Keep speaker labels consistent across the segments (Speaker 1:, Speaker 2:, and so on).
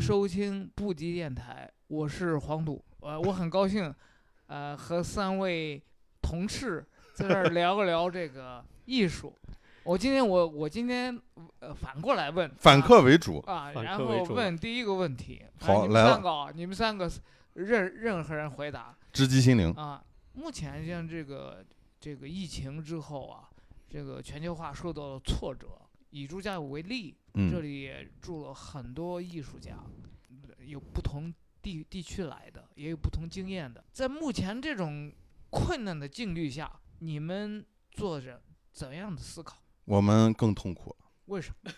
Speaker 1: 收听布吉电台，我是黄赌，呃，我很高兴，呃，和三位同事在这 儿聊一聊这个艺术。我今天我我今天呃反过来问，
Speaker 2: 反
Speaker 1: 啊
Speaker 2: 客为主，
Speaker 1: 啊，
Speaker 3: 反
Speaker 1: 然
Speaker 3: 客
Speaker 1: 后
Speaker 3: 为主
Speaker 1: 问第一个问题，啊
Speaker 2: 好
Speaker 1: 你
Speaker 2: 来
Speaker 1: 们
Speaker 2: 了
Speaker 1: 三个啊，你们三个任任何人回答
Speaker 2: 直击心灵。
Speaker 1: 啊。目前像这个这个疫情之后啊，这个全球化受到了挫折。以朱家武为例，这
Speaker 2: 嗯，
Speaker 1: 里也住了很多艺术家，有不同地地区来的，也有不同经验的。在目前这种困难的境遇下，你们做着怎样的思考？
Speaker 2: 我们更痛苦。
Speaker 1: 为什么？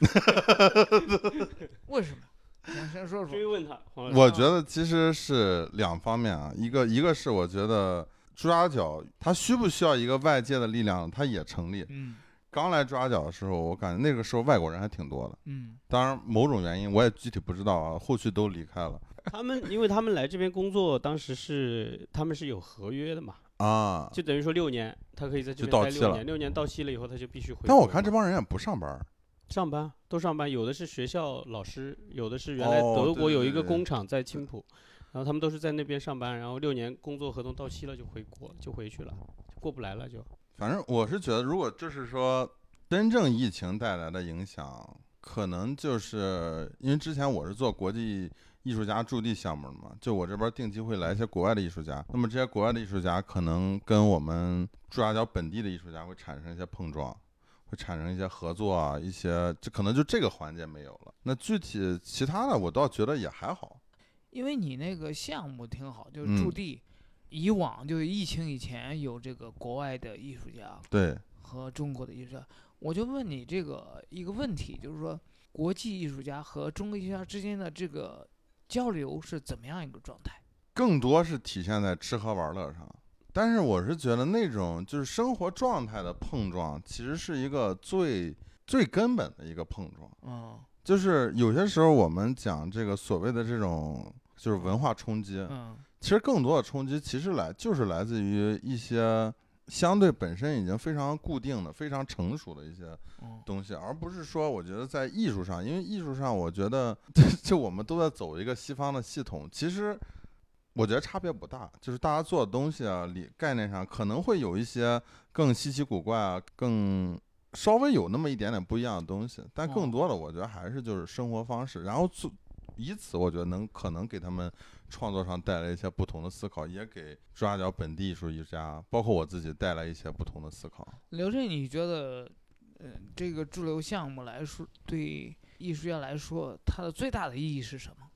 Speaker 1: 为什么？你先说说
Speaker 3: 追。问他，黄老师
Speaker 2: 我觉得其实是两方面啊，一个一个是我觉得朱家角他需不需要一个外界的力量，他也成立。
Speaker 1: 嗯
Speaker 2: 刚来朱家角的时候，我感觉那个时候外国人还挺多的，
Speaker 1: 嗯
Speaker 2: 当然某种原因我也具体不知道啊，后续都离开了
Speaker 3: 他们，因为他们来这边工作，当时是他们是有合约的嘛，
Speaker 2: 啊。
Speaker 3: 就等于说六年，他可以在这
Speaker 2: 就
Speaker 3: 边
Speaker 2: 到
Speaker 3: 待
Speaker 2: 期
Speaker 3: 六
Speaker 2: 了
Speaker 3: 年，六年到期了以后他就必须回国嘛。
Speaker 2: 但我看这帮人也不上班儿，
Speaker 3: 上班都上班，有的是学校老师，有的是原来
Speaker 2: 哦
Speaker 3: 德
Speaker 2: 对
Speaker 3: 国
Speaker 2: 对
Speaker 3: 有一
Speaker 2: 对
Speaker 3: 个
Speaker 2: 对
Speaker 3: 工厂在青浦，然后他们都是在那边上班，然后六年工作合同到期了就回国，就回去了，就过不来了就。
Speaker 2: 反正我是觉得，如果就是说真正疫情带来的影响，可能就是因为之前我是做国际艺术家驻地项目的嘛，就我这边定期会来一些国外的艺术家。那么这些国外的艺术家可能跟我们朱家角本地的艺术家会产生一些碰撞。会产生一些合作啊，一些这可能就这个环节没有了。那具体其他的，我倒觉得也还好。
Speaker 1: 因为你那个项目挺好，就
Speaker 2: 嗯
Speaker 1: 是驻地。以往就是疫情以前有这个国外的艺术家
Speaker 2: 对，
Speaker 1: 和中国的艺术家，我就问你这个一个问题，就是说国际艺术家和中国艺术家之间的这个交流是怎么样一个状态？
Speaker 2: 更多是体现在吃喝玩乐上。但是我是觉得那种就是生活状态的碰撞，其实是一个最最根本的一个碰撞。
Speaker 1: 嗯
Speaker 2: 就是有些时候我们讲这个所谓的这种就是文化冲击，
Speaker 1: 嗯
Speaker 2: 其实更多的冲击其实来就是来自于一些相对本身已经非常固定的、非常成熟的一些
Speaker 1: 嗯
Speaker 2: 东西，而不是说我觉得在艺术上，因为艺术上我觉得 就我们都在走一个西方的系统，其实我觉得差别不大，就是大家做的东西啊，理概念上可能会有一些更稀奇古怪啊，更稍微有那么一点点不一样的东西，但更
Speaker 1: 哦
Speaker 2: 多的我觉得还是就是生活方式，然后做。以此，我觉得能可能给他们创作上带来一些不同的思考，也给朱家角本地艺术家，包括我自己带来一些不同的思考。
Speaker 1: 刘震，你觉得，呃，这个驻留项目来说，对艺术家来说，它的最大的意义是什么？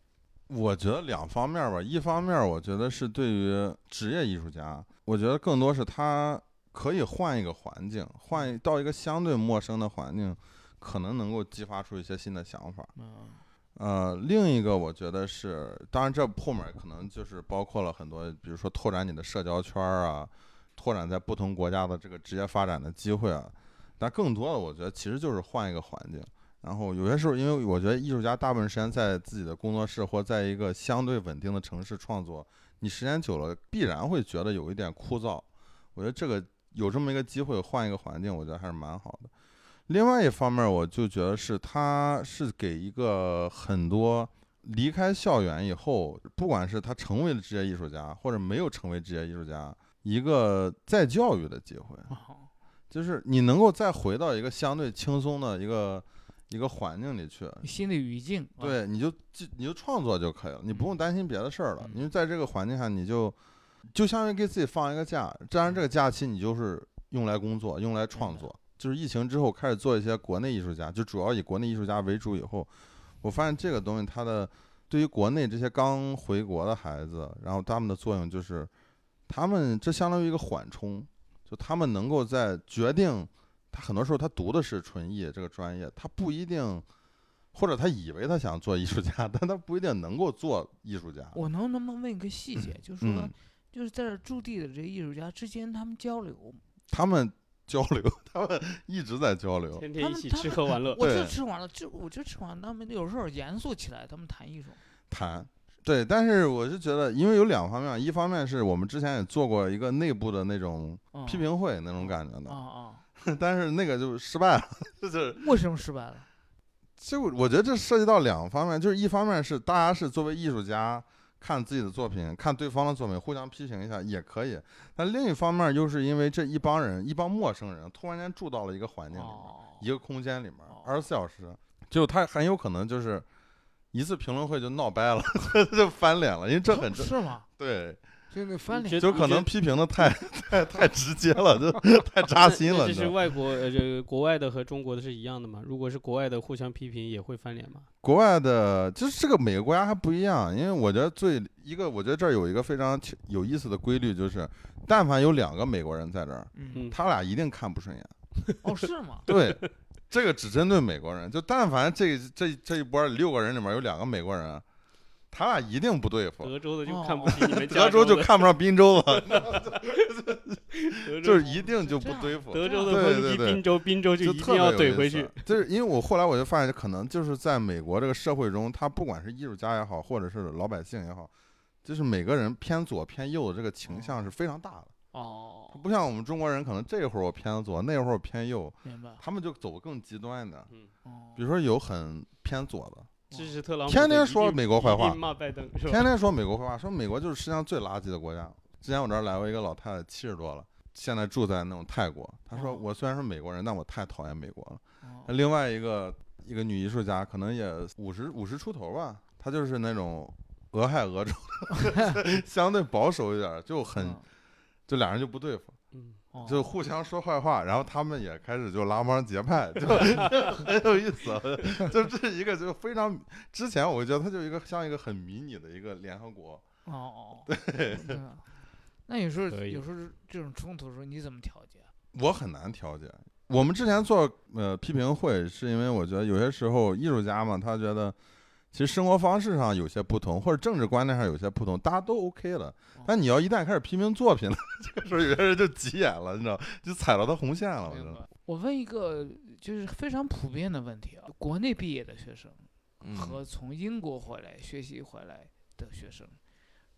Speaker 2: 我觉得两方面儿吧，一方面儿我觉得是对于职业艺术家，我觉得更多是他可以换一个环境，换一到一个相对陌生的环境，可能能够激发出一些新的想法。
Speaker 1: 嗯
Speaker 2: 呃，另一个我觉得是，当然这后面儿可能就是包括了很多，比如说拓展你的社交圈儿啊，拓展在不同国家的这个职业发展的机会啊。但更多的，我觉得其实就是换一个环境。然后有些时候，因为我觉得艺术家大部分时间在自己的工作室或在一个相对稳定的城市创作，你时间久了必然会觉得有一点枯燥。我觉得这个有这么一个机会换一个环境，我觉得还是蛮好的。另外一方面，我就觉得是他是给一个很多离开校园以后，不管是他成为了职业艺术家，或者没有成为职业艺术家，一个再教育的机会，
Speaker 1: 哦
Speaker 2: 就是你能够再回到一个相对轻松的一个一个环境里去。
Speaker 1: 新的语境。啊，
Speaker 2: 对，你就就你就创作就可以了，你
Speaker 1: 嗯
Speaker 2: 不用担心别的事儿了，因为在这个环境下，你就就相当于给自己放一个假，当然这个假期你就是用来工作，用来创
Speaker 1: 明白
Speaker 2: 作。就是疫情之后开始做一些国内艺术家，就主要以国内艺术家为主。以后我发现这个东西它的对于国内这些刚回国的孩子，然后他们的作用就是，他们这相当于一个缓冲，就他们能够在决定，他很多时候他读的是纯艺这个专业，他不一定，或者他以为他想做艺术家，但他不一定能够做艺术家。
Speaker 1: 我能能不能问一个细 节，就是说
Speaker 2: 嗯，
Speaker 1: 就是在这驻地的这些艺术家之间，他们交流，
Speaker 2: 他们交流， 他们一直在交 流。
Speaker 3: 天
Speaker 1: 他
Speaker 3: 天一
Speaker 1: 们
Speaker 3: 起
Speaker 1: 他
Speaker 3: 吃
Speaker 1: 们
Speaker 3: 喝玩乐，
Speaker 1: 我就
Speaker 2: 对
Speaker 1: 吃完了，就我就吃完了，他们有时候严肃起来，他们谈艺术。
Speaker 2: 谈。对，但是我是觉得，因为有两方面，一方面是我们之前也做过一个内部的那种
Speaker 1: 嗯
Speaker 2: 批评 会那种感觉
Speaker 1: 啊
Speaker 2: 的，
Speaker 1: 啊，
Speaker 3: 嗯
Speaker 2: 但是那个就失败了，就是
Speaker 1: 为什么失败了？
Speaker 2: 这我我觉得这涉及到两方面，就是一方面是大家是作为艺术家看自己的作品，看对方的作品，互相批评一下也可以；但另一方面，又是因为这一帮人，一帮陌生人，突然间住到了一个环境里面，
Speaker 1: 哦，
Speaker 2: 一个空间里面
Speaker 1: 哦，
Speaker 2: 二十四小时，就他很有可能就是一次评论会就闹掰了， 就翻脸了，因为这很正
Speaker 1: 是吗？
Speaker 2: 对，
Speaker 1: 就那翻
Speaker 3: 你
Speaker 1: 脸
Speaker 3: 觉得
Speaker 2: 就可能批评的太 太太直接了，就 太扎心了，
Speaker 3: 那这
Speaker 2: 你知
Speaker 3: 是
Speaker 2: 道吗
Speaker 3: 外国呃，这个国外的和中国的是一样的嘛？如果是国外的互相批评，也会翻脸嘛？
Speaker 2: 国外的，就是这个每个国家还不一样，因为我觉得最一个，我觉得这儿有一个非常奇有意思的规律，就是但凡有两个美国人在这儿，
Speaker 1: 嗯，
Speaker 3: 嗯，
Speaker 2: 他俩一定看不顺眼。
Speaker 1: 哦，是吗？
Speaker 2: 对，这个只针对美国人，就但凡这这这一波六个人里面有两个美国人，他俩一定不对付。
Speaker 3: 德州的就
Speaker 1: 哦
Speaker 3: 看不起你们加
Speaker 2: 德州就
Speaker 3: 的
Speaker 2: 看不上滨州了，
Speaker 3: 德州
Speaker 2: 就是一定就不对付。
Speaker 3: 德州的
Speaker 2: 对
Speaker 3: 抨
Speaker 2: 对
Speaker 3: 击
Speaker 2: 对
Speaker 3: 滨州，滨州
Speaker 2: 就
Speaker 3: 一
Speaker 2: 特
Speaker 3: 定
Speaker 2: 别
Speaker 3: 要
Speaker 2: 有意
Speaker 3: 怼回
Speaker 2: 思
Speaker 3: 去。。
Speaker 2: 就是因为我后来我就发现，可能就是在美国这个社会中，他不管是艺术家也好，或者是老百姓也好，就是每个人偏左偏右的这个倾向是非常大的。
Speaker 1: 哦，
Speaker 2: 不像我们中国人，可能这会儿我偏左，那会儿我偏右，
Speaker 1: 明白。
Speaker 2: 他们就走更极端一点。
Speaker 3: 嗯，
Speaker 1: 哦
Speaker 2: 比，如说有很偏左的，
Speaker 3: 支持特朗普的
Speaker 2: 天天
Speaker 3: 一
Speaker 2: 说
Speaker 3: 定
Speaker 2: 美国
Speaker 3: 一
Speaker 2: 坏话
Speaker 3: 定骂拜登是吧？
Speaker 2: 天天说美国坏话，说美国就是世界上最垃圾的国家。之前我这儿来过一个老太太，七十多了，现在住在那种泰国。她说
Speaker 1: 哦
Speaker 2: 我虽然是美国人，但我太讨厌美国了。
Speaker 1: 哦
Speaker 2: 那另外一个一个女艺术家，可能也五十五十出头吧，她就是那种俄亥俄州的， 相对保守一点儿，就很
Speaker 1: 嗯
Speaker 2: 就俩人就不对付，
Speaker 3: 嗯，
Speaker 1: 哦
Speaker 2: 就互相说坏话，然后他们也开始就拉帮结 派，就很有意思啊， 就这一个就非常之前我觉得它就一个像一个很迷你的一个联合国，
Speaker 1: 哦哦，对啊。那有时候
Speaker 3: 可以
Speaker 1: 有时候这种冲突的时候，你怎么调节？啊
Speaker 2: 我很难调节。我们之前做呃批评会，是因为我觉得有些时候艺术家嘛，他觉得其实生活方式上有些不同，或者政治观念上有些不同，大家都 OK 了。
Speaker 1: 哦
Speaker 2: 但你要一旦开始批评作品了，这个时候有些人 就急眼了，你知道，就踩到他红线了。我觉
Speaker 1: 明
Speaker 2: 得
Speaker 1: 白我问一个就是非常普遍的问题啊，国内毕业的学生
Speaker 2: 嗯，
Speaker 1: 和从英国回来学习回来的学生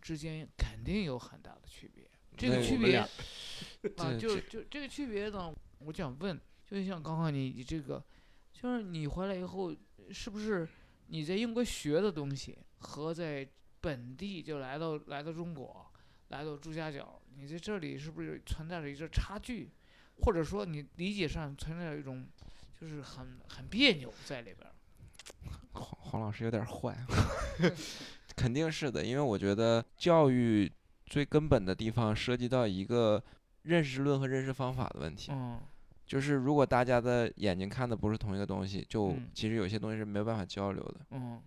Speaker 1: 之间肯定有很大的区别。这
Speaker 2: 那
Speaker 1: 个
Speaker 2: 我
Speaker 1: 区
Speaker 3: 们
Speaker 1: 别
Speaker 3: 俩
Speaker 1: 啊，就
Speaker 3: 这
Speaker 1: 就这个区别呢，我想问，就像刚刚你你这个，就是你回来以后，是不是你在英国学的东西和在本地就来到来到中国，来到朱家角，你在这里是不是存在着一个差距，或者说你理解上存在着一种就是很很别扭在里边儿？
Speaker 4: 黄黄老师有点儿坏，啊 肯定是的，因为我觉得教育最根本的地方涉及到一个认识论和认识方法的问题，
Speaker 1: 嗯，
Speaker 4: 就是如果大家的眼睛看的不是同一个东西，就
Speaker 1: 嗯
Speaker 4: 其实有些东西是没有办法交流的。
Speaker 1: 嗯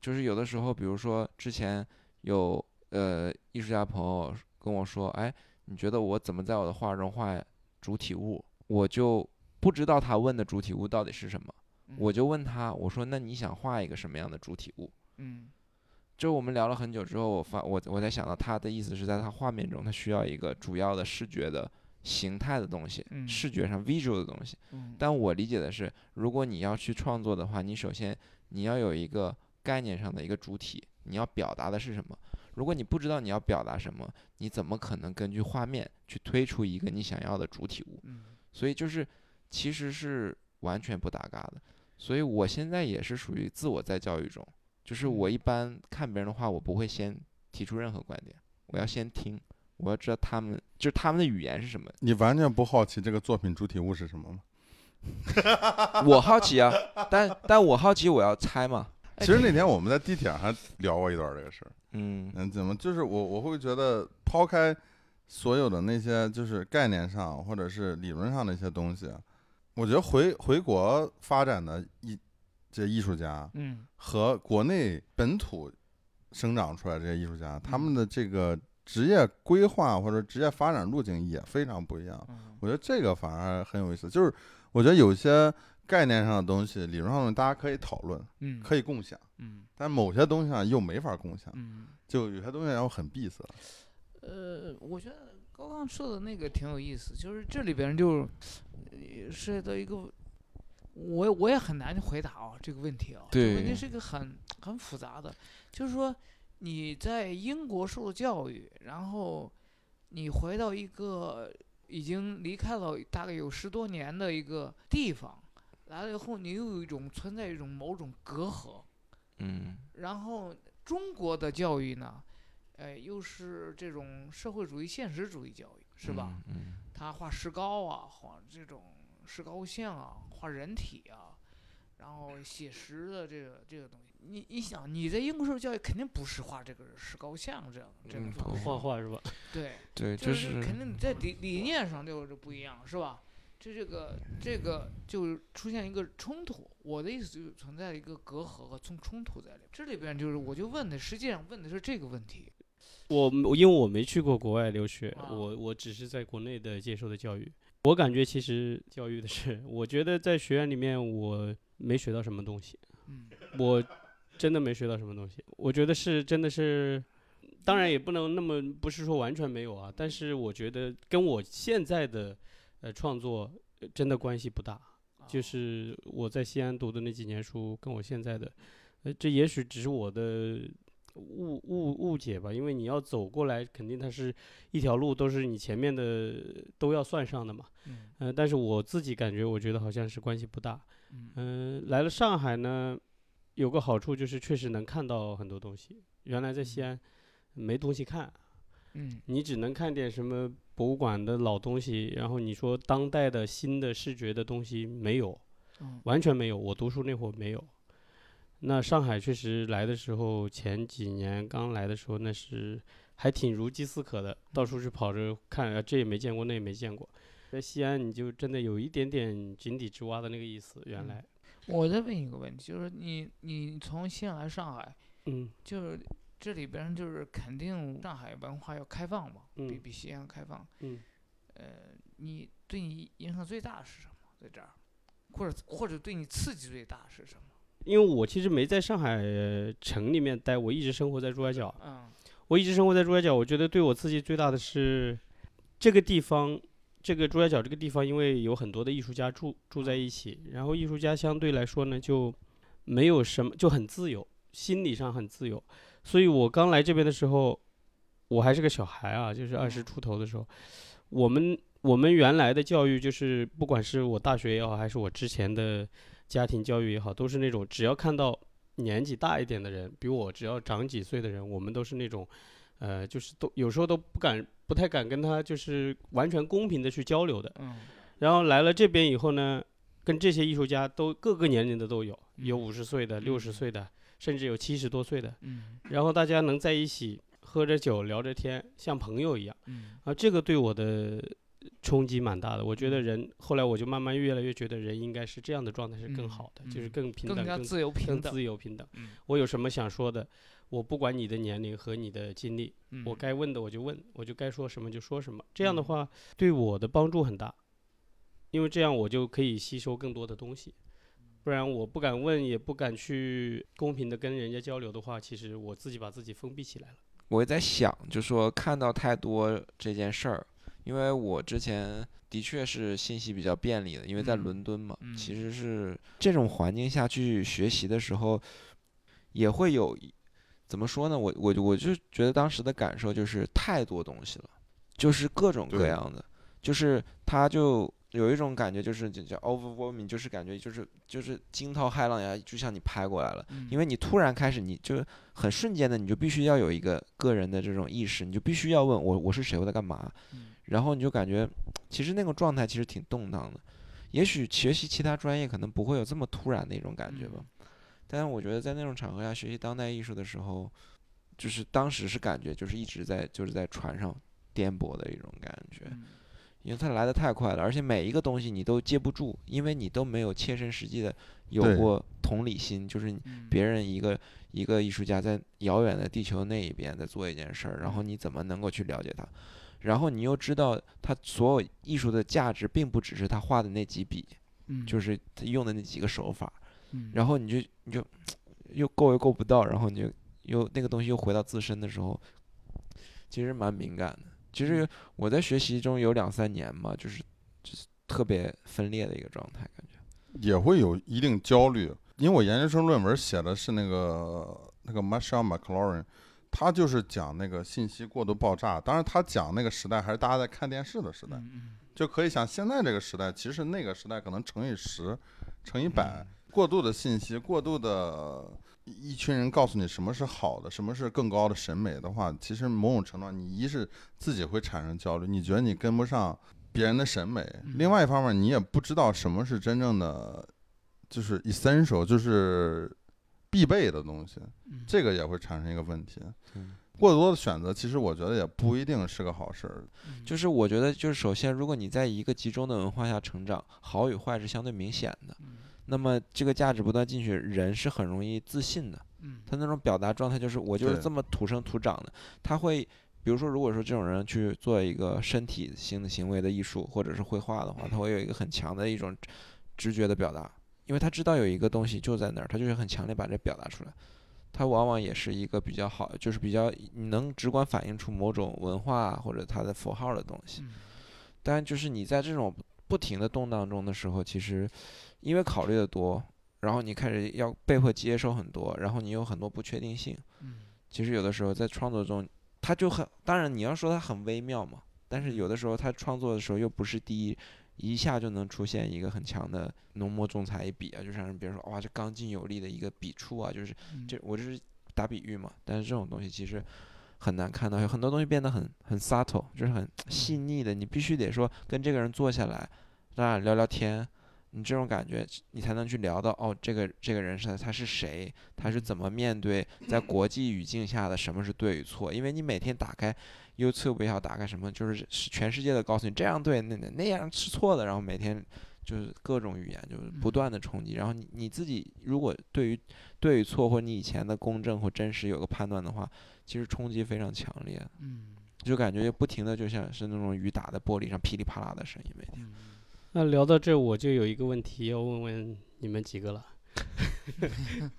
Speaker 4: 就是有的时候，比如说之前有呃艺术家朋友跟我说，哎，你觉得我怎么在我的画中画主体物？我就不知道他问的主体物到底是什么，
Speaker 1: 嗯
Speaker 4: 我就问他，我说那你想画一个什么样的主体物？
Speaker 1: 嗯
Speaker 4: 就我们聊了很久之后，我发我我才想到他的意思是在他画面中，他需要一个主要的视觉的形态的东西，
Speaker 1: 嗯
Speaker 4: 视觉上 visual 的东西。
Speaker 1: 嗯，
Speaker 4: 但我理解的是，如果你要去创作的话，你首先你要有一个概念上的一个主体，你要表达的是什么。如果你不知道你要表达什么，你怎么可能根据画面去推出一个你想要的主体物？
Speaker 1: 嗯
Speaker 4: 所以就是其实是完全不搭嘎的。所以我现在也是属于自我在教育中，就是我一般看别人的话，我不会先提出任何观点，我要先听，我要知道他们就是他们的语言是什么。
Speaker 2: 你完全不好奇这个作品主体物是什么吗？
Speaker 4: 我好奇啊，但但我好奇，我要猜嘛。
Speaker 1: 呃
Speaker 2: 其实那天我们在地铁上还聊过一段这个事儿。
Speaker 4: 嗯
Speaker 2: 嗯，怎么就是我我会觉得抛开所有的那些就是概念上或者是理论上的一些东西，我觉得回回国发展的艺这些艺术家
Speaker 1: 嗯
Speaker 2: 和国内本土生长出来这些艺术家，他们的这个职业规划或者职业发展路径也非常不一样。
Speaker 1: 嗯
Speaker 2: 我觉得这个反而很有意思，就是我觉得有些概念上的东西、理论上的东西大家可以讨论、
Speaker 1: 嗯，
Speaker 2: 可以共享，
Speaker 1: 嗯
Speaker 2: 但某些东西上又没法共享。
Speaker 1: 嗯。
Speaker 2: 就有些东西然后很闭塞。
Speaker 1: 呃，我觉得高刚说的那个挺有意思，就是这里边就呃涉及到一个，我我也很难回答啊这个问题啊，这个问题
Speaker 4: 对
Speaker 1: 是一个很很复杂的，就是说你在英国受的教育，然后你回到一个已经离开了大概有十多年的一个地方，来了以后，你又有一种存在一种某种隔阂。
Speaker 4: 嗯
Speaker 1: 然后中国的教育呢，呃，又是这种社会主义现实主义教育，是吧？？
Speaker 4: 嗯，
Speaker 1: 他画石膏啊，画这种石膏像啊，画人体啊，然后写实的这个这个东西。你你想，你在英国受教育肯定不是画这个石膏像这样这种
Speaker 4: 嗯
Speaker 1: 方
Speaker 4: 不
Speaker 1: 式，
Speaker 3: 画画是吧？
Speaker 1: 对，
Speaker 4: 对，
Speaker 1: 就
Speaker 4: 就是是
Speaker 1: 肯定你在理理念上就是不一样，是吧？这这个这个就是出现一个冲突，我的意思就是存在一个隔阂和冲冲突在里面。这里边就是我就问的，实际上问的是这个问题。
Speaker 3: 我我因为我没去过国外留学，
Speaker 1: 啊
Speaker 3: 我我只是在国内的接受的教育。我感觉其实教育的是，我觉得在学院里面我没学到什么东西，
Speaker 1: 嗯
Speaker 3: 我真的没学到什么东西。我觉得是真的是，当然也不能那么不是说完全没有啊，但是我觉得跟我现在的呃创作呃真的关系不大。就
Speaker 1: 啊
Speaker 3: 是我在西安读的那几年书，跟我现在的，呃，这也许只是我的误误误解吧，因为你要走过来，肯定它是一条路，都是你前面的都要算上的嘛。
Speaker 1: 嗯
Speaker 3: 呃，但是我自己感觉，我觉得好像是关系不大。
Speaker 1: 嗯
Speaker 3: 嗯、来了上海呢，有个好处就是确实能看到很多东西，原来在西安没东西看，
Speaker 1: 嗯
Speaker 3: 你只能看点什么博物馆的老东西，然后你说当代的新的视觉的东西没有。
Speaker 1: 嗯
Speaker 3: 完全没有，我读书那会儿没有。那上海确实来的时候，前几年刚来的时候，那是还挺如饥似渴的，到处去跑着看，啊，这也没见过，那也没见过。在西安，你就真的有一点点井底之蛙的那个意思。原来，
Speaker 1: 我再问一个问题，就是你你从西安来上海，
Speaker 3: 嗯，
Speaker 1: 就是这里边就是肯定上海文化要开放嘛，比
Speaker 3: 嗯
Speaker 1: 比西安开放。
Speaker 3: 嗯，
Speaker 1: 呃，你对你影响最大的是什么？在这儿，或者或者对你刺激最大是什么？
Speaker 3: 因为我其实没在上海呃城里面待，我一直生活在珠海 角。
Speaker 1: 嗯
Speaker 3: 我一直生活在珠海角，我觉得对我刺激最大的是这个地方，这个珠海角这个地方，因为有很多的艺术家住住在一起，然后艺术家相对来说呢就没有什么，就很自由，心理上很自由。所以我刚来这边的时候，我还是个小孩啊，就是二十
Speaker 1: 嗯
Speaker 3: 出头的时候，我们我们原来的教育就是，不管是我大学也好，还是我之前的家庭教育也好，都是那种只要看到年纪大一点的人，比我只要长几岁的人，我们都是那种，呃，就是都有时候都不敢、不太敢跟他就是完全公平的去交流的。
Speaker 1: 嗯
Speaker 3: 然后来了这边以后呢，跟这些艺术家都各个年龄的都有，有
Speaker 1: 嗯
Speaker 3: 五十岁的、六十
Speaker 1: 嗯
Speaker 3: 岁的，甚至有七十多岁的。
Speaker 1: 嗯
Speaker 3: 然后大家能在一起喝着酒、聊着天，像朋友一样。
Speaker 1: 嗯
Speaker 3: 啊，这个对我的冲击蛮大的。我觉得人后来我就慢慢越来越觉得人应该是这样的状态是更
Speaker 1: 嗯
Speaker 3: 好的，就是
Speaker 1: 嗯
Speaker 3: 更平等、
Speaker 1: 更加
Speaker 3: 更
Speaker 1: 自由平
Speaker 3: 更
Speaker 1: 等。
Speaker 3: 自由、平等。
Speaker 1: 嗯
Speaker 3: 我有什么想说的，我不管你的年龄和你的经历，
Speaker 1: 嗯
Speaker 3: 我该问的我就问，我就该说什么就说什么。这样的
Speaker 1: 嗯
Speaker 3: 话对我的帮助很大，因为这样我就可以吸收更多的东西。不然我不敢问，也不敢去公平的跟人家交流的话，其实我自己把自己封闭起来了。
Speaker 4: 我在想，就说看到太多这件事儿，因为我之前的确是信息比较便利的，因为在
Speaker 1: 嗯
Speaker 4: 伦敦嘛，其
Speaker 1: 嗯
Speaker 4: 实是这种环境下去学习的时候，也会有一怎么说呢？我我我就觉得当时的感受就是太多东西了，就是各种各
Speaker 2: 对
Speaker 4: 样的，就是它就。有一种感觉就是就叫 overwhelming，就是感觉就是就是惊涛骇浪呀，就像你拍过来了，
Speaker 1: 嗯
Speaker 4: 因为你突然开始，你就很瞬间的，你就必须要有一个个人的这种意识，你就必须要问我我是谁，我在干嘛，
Speaker 1: 嗯
Speaker 4: 然后你就感觉其实那个状态其实挺动荡的。也许学习其他专业可能不会有这么突然的一种感觉
Speaker 1: 嗯
Speaker 4: 吧，但是我觉得在那种场合下学习当代艺术的时候，就是当时是感觉就是一直在就是在船上颠簸的一种感觉，
Speaker 1: 嗯
Speaker 4: 因为它来的太快了，而且每一个东西你都接不住，因为你都没有切身实际的有
Speaker 2: 对
Speaker 4: 过同理心，就是
Speaker 1: 嗯
Speaker 4: 别人一个一个艺术家在遥远的地球那一边在做一件事儿，然
Speaker 1: 嗯
Speaker 4: 后你怎么能够去了解他？然后你又知道他所有艺术的价值，并不只是他画的那几笔，
Speaker 1: 嗯
Speaker 4: 就是他用的那几个手法。
Speaker 1: 嗯
Speaker 4: 然后你就你就又够又够不到，然后你就又那个东西又回到自身的时候，其实蛮敏感的。其实
Speaker 1: 嗯
Speaker 4: 我在学习中有两三年嘛，就是就是特别分裂的一个状态，感觉。
Speaker 2: 也会有一定焦虑，因为我研究生论文写的是那个那个 Marshall McLaurin，他就是讲那个信息过度爆炸。当然，他讲那个时代还是大家在看电视的时代，
Speaker 1: 嗯
Speaker 2: 就可以想现在这个时代，其实那个时代可能乘以十，乘以百。
Speaker 4: 嗯
Speaker 2: 过度的信息，过度的一一群人告诉你什么是好的，什么是更高的审美的话，其实某种程度上，你一是自己会产生焦虑，你觉得你跟不上别人的审美；另外一方面，你也不知道什么是真正的，就是 essential，就是必备的东西，
Speaker 1: 嗯
Speaker 2: 这个也会产生一个问题。
Speaker 4: 对
Speaker 2: 过多的选择，其实我觉得也不一定是个好事儿。
Speaker 1: 嗯
Speaker 4: 就是我觉得，就是首先，如果你在一个集中的文化下成长，好与坏是相对明显的。
Speaker 1: 嗯
Speaker 4: 那么这个价值不断进去，人是很容易自信的。
Speaker 1: 嗯
Speaker 4: 他那种表达状态就是我就是
Speaker 2: 对
Speaker 4: 这么土生土长的。他会，比如说，如果说这种人去做一个身体性的行为的艺术或者是绘画的话，他会有一个很强的一种直觉的表达，因为他知道有一个东西就在那儿，他就是很强烈把这表达出来。他往往也是一个比较好，就是比较你能直观反映出某种文化或者它的符号的东西。
Speaker 1: 嗯
Speaker 4: 但就是你在这种不停的动荡中的时候，其实因为考虑的多，然后你开始要被迫接受很多，然后你有很多不确定性。
Speaker 1: 嗯
Speaker 4: 其实有的时候在创作中，它就很，当然你要说它很微妙嘛，但是有的时候它创作的时候又不是第一。一下就能出现一个很强的浓墨重彩一笔啊，就让人别人说哇，这刚劲有力的一个笔触啊，就是
Speaker 1: 嗯
Speaker 4: 这我这是打比喻嘛，但是这种东西其实很难看到，有很多东西变得很很 subtle，就是很细腻的，你必须得说跟这个人坐下来，咱俩聊聊天，你这种感觉你才能去聊到哦，这个这个人是他是谁，他是怎么面对在国际语境下的什么是对与错，因为你每天打开 YouTube 也好，打开什么就是是全世界的告诉你这样对，那那那样是错的，然后每天。就是各种语言，就是不
Speaker 1: 嗯
Speaker 4: 断的冲击，然后你你自己如果对于对与错或你以前的公正或真实有个判断的话，其实冲击非常强烈，
Speaker 1: 嗯
Speaker 4: 就感觉不停的就像是那种雨打在玻璃上噼里啪啦的声音每天。
Speaker 1: 嗯
Speaker 3: 那聊到这，我就有一个问题要问问你们 几个了，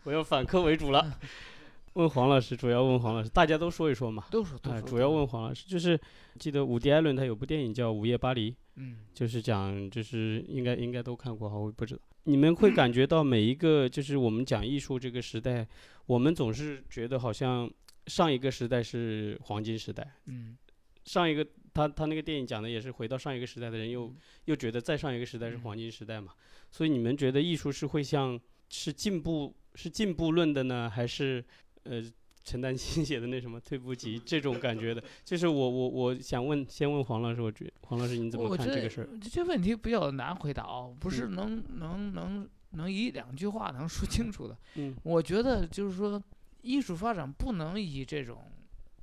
Speaker 3: 我要反客为主了。 问黄老师，主要问黄老师，大家都说一说嘛。
Speaker 1: 都说都
Speaker 3: 啊、
Speaker 1: 说
Speaker 3: 主要问黄老师，就是记得伍迪·艾伦他有部电影叫《午夜巴黎》，
Speaker 1: 嗯
Speaker 3: 就是讲，就是应该应该都看过哈，我不知道。你们会感觉到每一个，就是我们讲艺术这个时代，我们总是觉得好像上一个时代是黄金时代，
Speaker 1: 嗯
Speaker 3: 上一个他他那个电影讲的也是回到上一个时代的人
Speaker 1: 嗯
Speaker 3: 又又觉得再上一个时代是黄金时代嘛，所以你们觉得艺术是会像是进步是进步论的呢，还是呃陈丹青 写的那什么退步级这种感觉的？就是我我我想问先问黄老师，我觉黄老师你怎
Speaker 1: 我
Speaker 3: 么看
Speaker 1: 觉
Speaker 3: 这个
Speaker 1: 得
Speaker 3: 事儿？
Speaker 1: 这问题比较难回答啊，不
Speaker 4: 嗯
Speaker 1: 是能能能能一两句话能说清楚的。
Speaker 3: 嗯
Speaker 1: 我觉得就是说，艺术发展不能以这种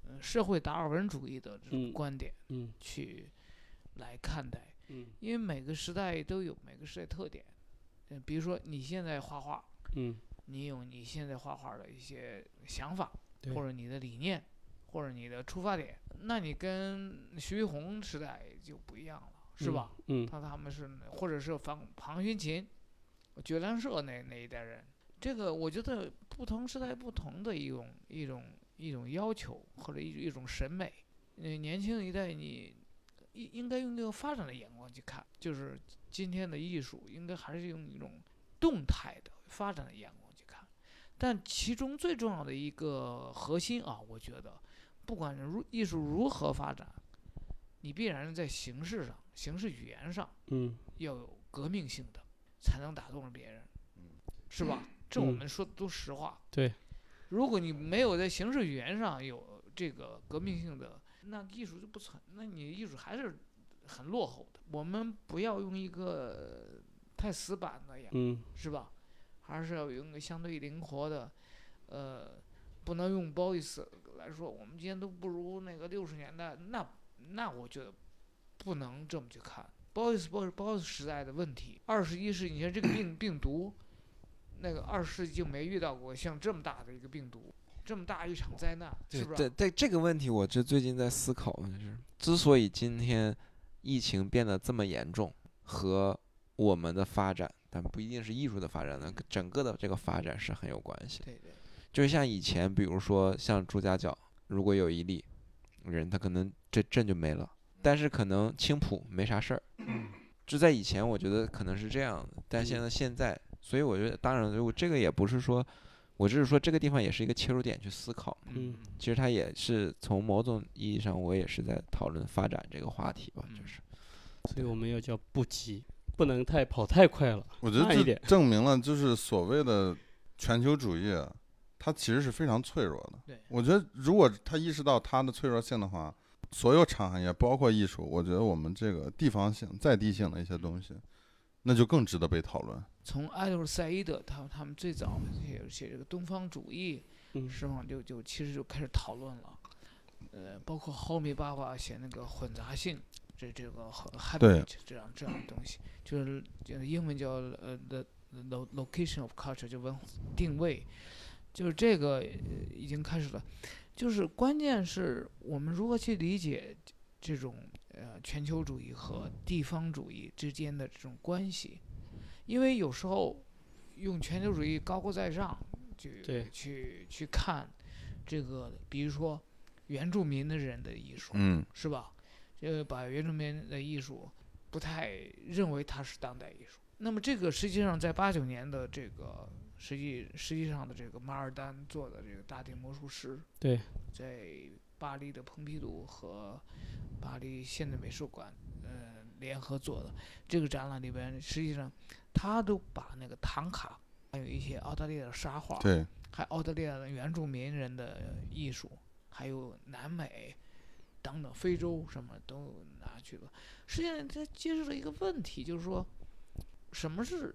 Speaker 1: 呃社会达尔文主义的这种
Speaker 3: 嗯
Speaker 1: 观点
Speaker 3: 嗯
Speaker 1: 去来看待，
Speaker 3: 嗯
Speaker 1: 因为每个时代都有每个时代特点。嗯，比如说你现在画画，
Speaker 3: 嗯
Speaker 1: 你有你现在画画的一些想法，
Speaker 3: 对
Speaker 1: 或者你的理念，或者你的出发点，那你跟徐悲鸿时代就不一样了，是吧？？
Speaker 3: 嗯
Speaker 1: 他他们是或者是庞庞勋琴、觉兰社那那一代人，这个我觉得不同时代不同的一种一种一种要求或者一一种审美。嗯，年轻一代你应应该用一个发展的眼光去看，就是今天的艺术应该还是用一种动态的发展的眼光去看。但其中最重要的一个核心啊，我觉得，不管如艺术如何发展，你必然在形式上、形式语言上
Speaker 3: 嗯
Speaker 1: 要有革命性的，才能打动了别人，是吧？这我
Speaker 3: 嗯
Speaker 1: 们说的都实话。
Speaker 3: 对，
Speaker 1: 如果你没有在形式语言上有这个革命性的，那艺术就不存，那你艺术还是很落后的。我们不要用一个太死板的眼光
Speaker 3: 嗯
Speaker 1: 是吧？还是要用一个相对灵活的，呃，不能用褒义词来说，我们今天都不如那个六十年代，那那我觉得不能这么去看。褒义词褒褒义时代的问题，二十一世纪你看这个病病毒，那个二十世纪就没遇到过像这么大的一个病毒，这么大一场灾难，是啊不
Speaker 4: 对
Speaker 1: 是？
Speaker 4: 对，这个问题我这最近在思考，就是之所以今天疫情变得这么严重，和我们的发展，但不一定是艺术的发展呢，跟整个的这个发展是很有关系的。
Speaker 1: 对对，
Speaker 4: 就是像以前，比如说像朱家角，如果有一例人，他可能这朕就没了，但是可能青浦没啥事儿。就在以前，我觉得可能是这样的，但现在现在，所以我觉得，当然，我这个也不是说，我只是说这个地方也是一个切入点去思考。
Speaker 3: 嗯
Speaker 4: 其实它也是从某种意义上，我也是在讨论发展这个话题吧，就
Speaker 1: 嗯
Speaker 4: 是
Speaker 3: 所以我们要叫不急不能太跑太快了。
Speaker 2: 我觉得
Speaker 3: 慢一
Speaker 2: 这
Speaker 3: 点
Speaker 2: 证明了，就是所谓的全球主义，它其实是非常脆弱的。
Speaker 1: 对
Speaker 2: 我觉得如果他意识到它的脆弱性的话，所有产业包括艺术，我觉得我们这个地方性、在地性的一些东西，那就更值得被讨论。
Speaker 1: 从艾德赛伊德他他们最早写写这个东方主义，
Speaker 3: 嗯，
Speaker 1: 实际上就就其实就开始讨论了，呃，包括浩米爸爸写那个混杂性，这这个和 h a b
Speaker 2: 对
Speaker 1: i t 这样这样的东西，就是就是英文叫呃 the lo location of culture，就文化定位，就是这个、呃已经开始了，就是关键是我们如何去理解这种呃全球主义和地方主义之间的这种关系，因为有时候用全球主义高高在上去
Speaker 3: 对
Speaker 1: 去去看这个，比如说原住民的人的艺术，
Speaker 2: 嗯，
Speaker 1: 是吧？呃，把原住民的艺术不太认为它是当代艺术。那么这个实际上在八九年的这个实际实际上的这个马尔丹做的这个大地魔术师，
Speaker 3: 对，
Speaker 1: 在巴黎的蓬皮杜和巴黎现代美术馆呃联合做的这个展览里边，实际上他都把那个唐卡，还有一些澳大利亚的沙画，
Speaker 2: 对，
Speaker 1: 还有澳大利亚的原住民人的艺术，还有南美等等非洲什么都拿去了。实际上，它揭示了一个问题，就是说，什么是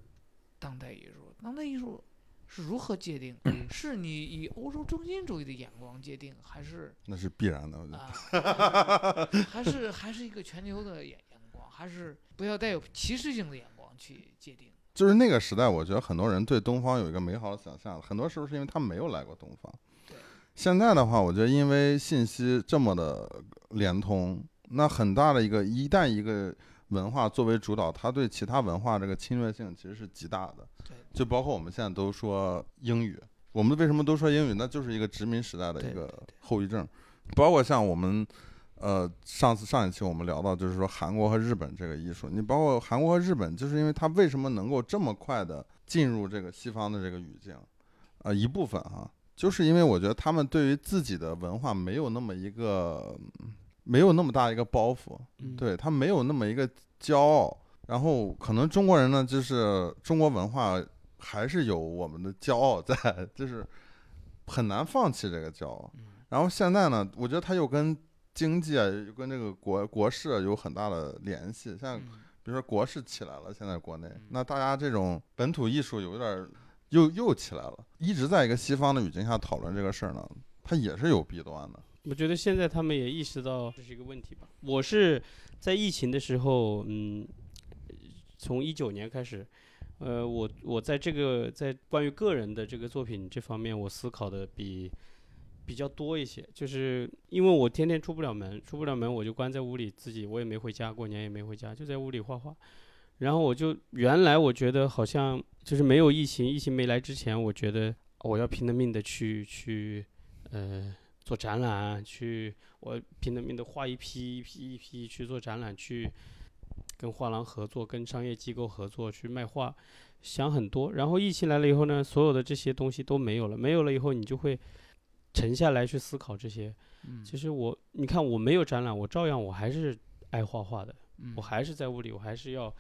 Speaker 1: 当代艺术？当代艺术是如何界定？ 是你以欧洲中心主义的眼光界定，还是
Speaker 2: 那是必然的。
Speaker 4: 嗯
Speaker 2: 我觉得，
Speaker 1: 啊，还是还是一个全球的眼眼光，还是不要带有歧视性的眼光去界定？
Speaker 2: 就是那个时代，我觉得很多人对东方有一个美好的想象，很多时候是因为他没有来过东方
Speaker 1: 对。
Speaker 2: 现在的话，我觉得因为信息这么的联通，那很大的一个一旦一个文化作为主导，它对其他文化这个侵略性其实是极大的。
Speaker 1: 对，
Speaker 2: 就包括我们现在都说英语，我们为什么都说英语？那就是一个殖民时代的
Speaker 1: 对
Speaker 2: 一个
Speaker 1: 对对
Speaker 2: 后遗症。包括像我们，呃，上次上一期我们聊到，就是说韩国和日本这个艺术，你包括韩国和日本，就是因为它为什么能够这么快的进入这个西方的这个语境，呃，一部分啊，就是因为我觉得他们对于自己的文化没有那么一个，嗯没有那么大一个包袱，
Speaker 3: 嗯，
Speaker 2: 对他没有那么一个骄傲。然后可能中国人呢，就是中国文化还是有我们的骄傲在， 就是很难放弃这个骄傲。然后现在呢，我觉得它又跟经济啊，又跟这个国国事啊有很大的联系。像
Speaker 1: 嗯
Speaker 2: 比如说国事起来了，现在国内，那大家这种本土艺术有点儿又又起来了，一直在一个西方的语境下讨论这个事儿呢，它也是有弊端的。
Speaker 3: 我觉得现在他们也意识到这是一个问题吧。我是在疫情的时候，嗯，从一九年开始，呃，我我在这个在关于个人的这个作品这方面，我思考的比比较多一些，就是因为我天天出不了门，出不了门我就关在屋里，自己我也没回家，过年也没回家，就在屋里画画。然后我就原来我觉得好像就是没有疫情，疫情没来之前，我觉得我要拼了命的去去呃做展览，去我拼了命的画一批一批一批去做展览，去跟画廊合作，跟商业机构合作去卖画，想很多。然后疫情来了以后呢，所有的这些东西都没有了，没有了以后你就会沉下来去思考这些。
Speaker 1: 嗯
Speaker 3: 其实我，你看我没有展览，我照样我还是爱画画的，
Speaker 1: 嗯
Speaker 3: 我还是在屋里，我还是要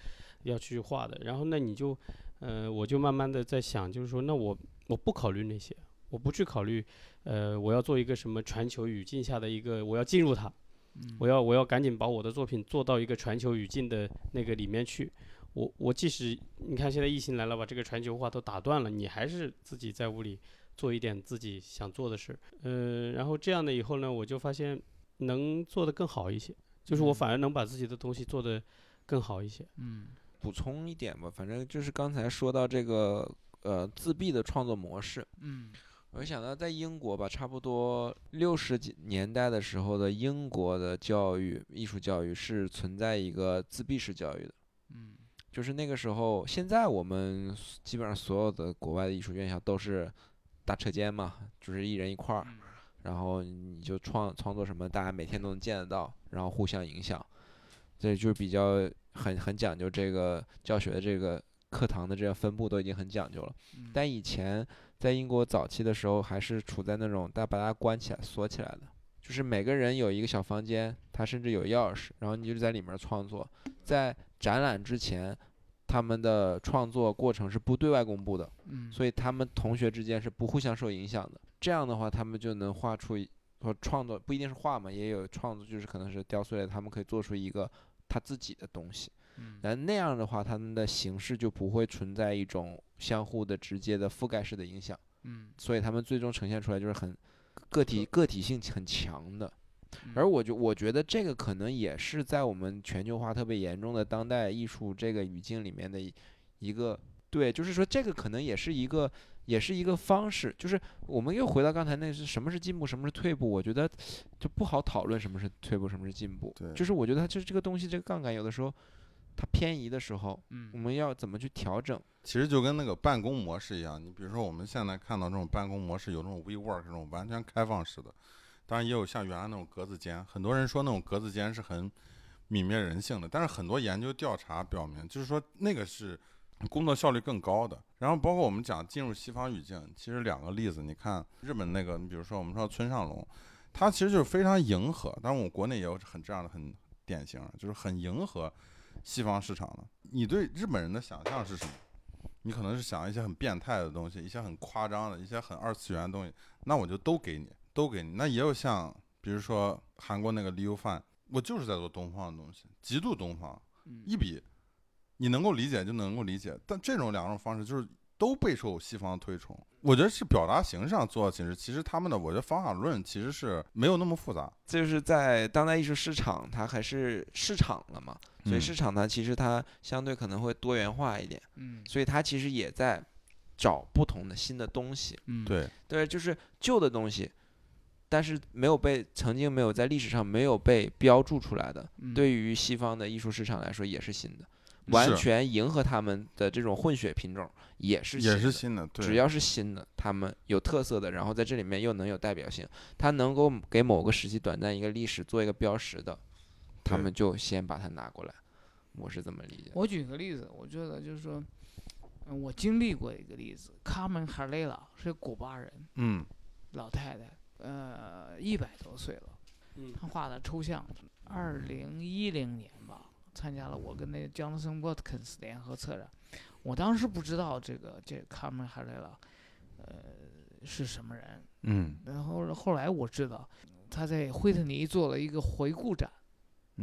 Speaker 3: 要去画的。然后那你就，呃，我就慢慢的在想，就是说，那我我不考虑那些，我不去考虑，呃，我要做一个什么全球语境下的一个，我要进入它，
Speaker 1: 嗯
Speaker 3: 我要我要赶紧把我的作品做到一个全球语境的那个里面去。我我即使你看现在疫情来了，把这个全球化都打断了，你还是自己在屋里做一点自己想做的事儿。呃，然后这样的以后呢，我就发现能做得更好一些，就是我
Speaker 1: 嗯
Speaker 3: 反而能把自己的东西做得更好一些。
Speaker 1: 嗯
Speaker 4: 补充一点吧，反正就是刚才说到这个呃自闭的创作模式，
Speaker 1: 嗯
Speaker 4: 我就想到在英国吧，差不多六十几年代的时候的英国的教育，艺术教育是存在一个自闭式教育的，
Speaker 1: 嗯
Speaker 4: 就是那个时候，现在我们基本上所有的国外的艺术院校都是大车间嘛，就是一人一块儿，
Speaker 1: 嗯
Speaker 4: 然后你就创创作什么，大家每天都能见得到，然后互相影响，这就比较很很讲究这个教学的这个课堂的这个分布都已经很讲究了。
Speaker 1: 嗯
Speaker 4: 但以前在英国早期的时候，还是处在那种大家把大家关起来、锁起来的，就是每个人有一个小房间，他甚至有钥匙，然后你就在里面创作。在展览之前，他们的创作过程是不对外公布的，
Speaker 1: 嗯，
Speaker 4: 所以他们同学之间是不互相受影响的。这样的话，他们就能画出一或创作，不一定是画嘛，也有创作，就是可能是雕塑类的，他们可以做出一个他自己的东西。
Speaker 1: 以
Speaker 4: 那那样的话，他们的形式就不会存在一种相互的直接的覆盖式的影响，
Speaker 1: 嗯，
Speaker 4: 所以他们最终呈现出来就是很个体个体性很强的。
Speaker 1: 嗯
Speaker 4: 而我觉我觉得这个可能也是在我们全球化特别严重的当代艺术这个语境里面的一一个对，就是说这个可能也是一个也是一个方式，就是我们又回到刚才那是什么是进步，什么是退步，我觉得就不好讨论什么是退步，什么是进步
Speaker 2: 对，
Speaker 4: 就是我觉得它就是这个东西这个杠杆有的时候它偏移的时候，我
Speaker 1: 嗯
Speaker 4: 们要怎么去调整？
Speaker 2: 其实就跟那个办公模式一样，你比如说我们现在看到这种办公模式，有这种 WeWork 这种完全开放式的，当然也有像原来那种格子间。很多人说那种格子间是很泯灭人性的，但是很多研究调查表明，就是说那个是工作效率更高的。然后包括我们讲进入西方语境，其实两个例子，你看日本那个，你比如说我们说村上龙，他其实就是非常迎合，当然我们国内也有很这样的很典型，就是很迎合西方市场的。你对日本人的想象是什么？你可能是想一些很变态的东西，一些很夸张的，一些很二次元的东西，那我就都给你，都给你。那也有像，比如说韩国那个 Liu Fan，我就是在做东方的东西，极度东方，
Speaker 1: 嗯
Speaker 2: 一比，你能够理解就能够理解。但这种两种方式就是都备受西方推崇，我觉得是表达形式上做的其实其实他们的我觉得方法论其实是没有那么复杂，
Speaker 4: 这就是在当代艺术市场，它还是市场了嘛，所以
Speaker 2: 嗯
Speaker 4: 市场它其实它相对可能会多元化一点。
Speaker 1: 嗯
Speaker 4: 所以它其实也在找不同的新的东西，
Speaker 1: 嗯，
Speaker 2: 对，
Speaker 4: 对，就是旧的东西，但是没有被曾经没有在历史上没有被标注出来的，
Speaker 1: 嗯
Speaker 4: 对于西方的艺术市场来说也是新的，完
Speaker 2: 是
Speaker 4: 全迎合他们的这种混血品种也是
Speaker 2: 也
Speaker 4: 新
Speaker 2: 是
Speaker 4: 的
Speaker 2: 新的，对，
Speaker 4: 只要是新的，他们有特色的，然后在这里面又能有代表性，它能够给某个时期短暂一个历史做一个标识的，他
Speaker 2: 对
Speaker 4: 们就先把它拿过来，我是这么理解的。
Speaker 1: 我举个例子，我觉得就是说，嗯，我经历过一个例子，卡门哈雷拉是古巴人，
Speaker 2: 嗯
Speaker 1: 老太太，呃，一百多岁了，
Speaker 3: 嗯
Speaker 1: 她画的抽象，二零一零年吧，参加了我跟那 Johnson Watkins 联合策展，我当时不知道这个这卡门哈雷拉，呃，是什么人，
Speaker 2: 嗯
Speaker 1: 然后后来我知道他在惠特尼做了一个回顾展。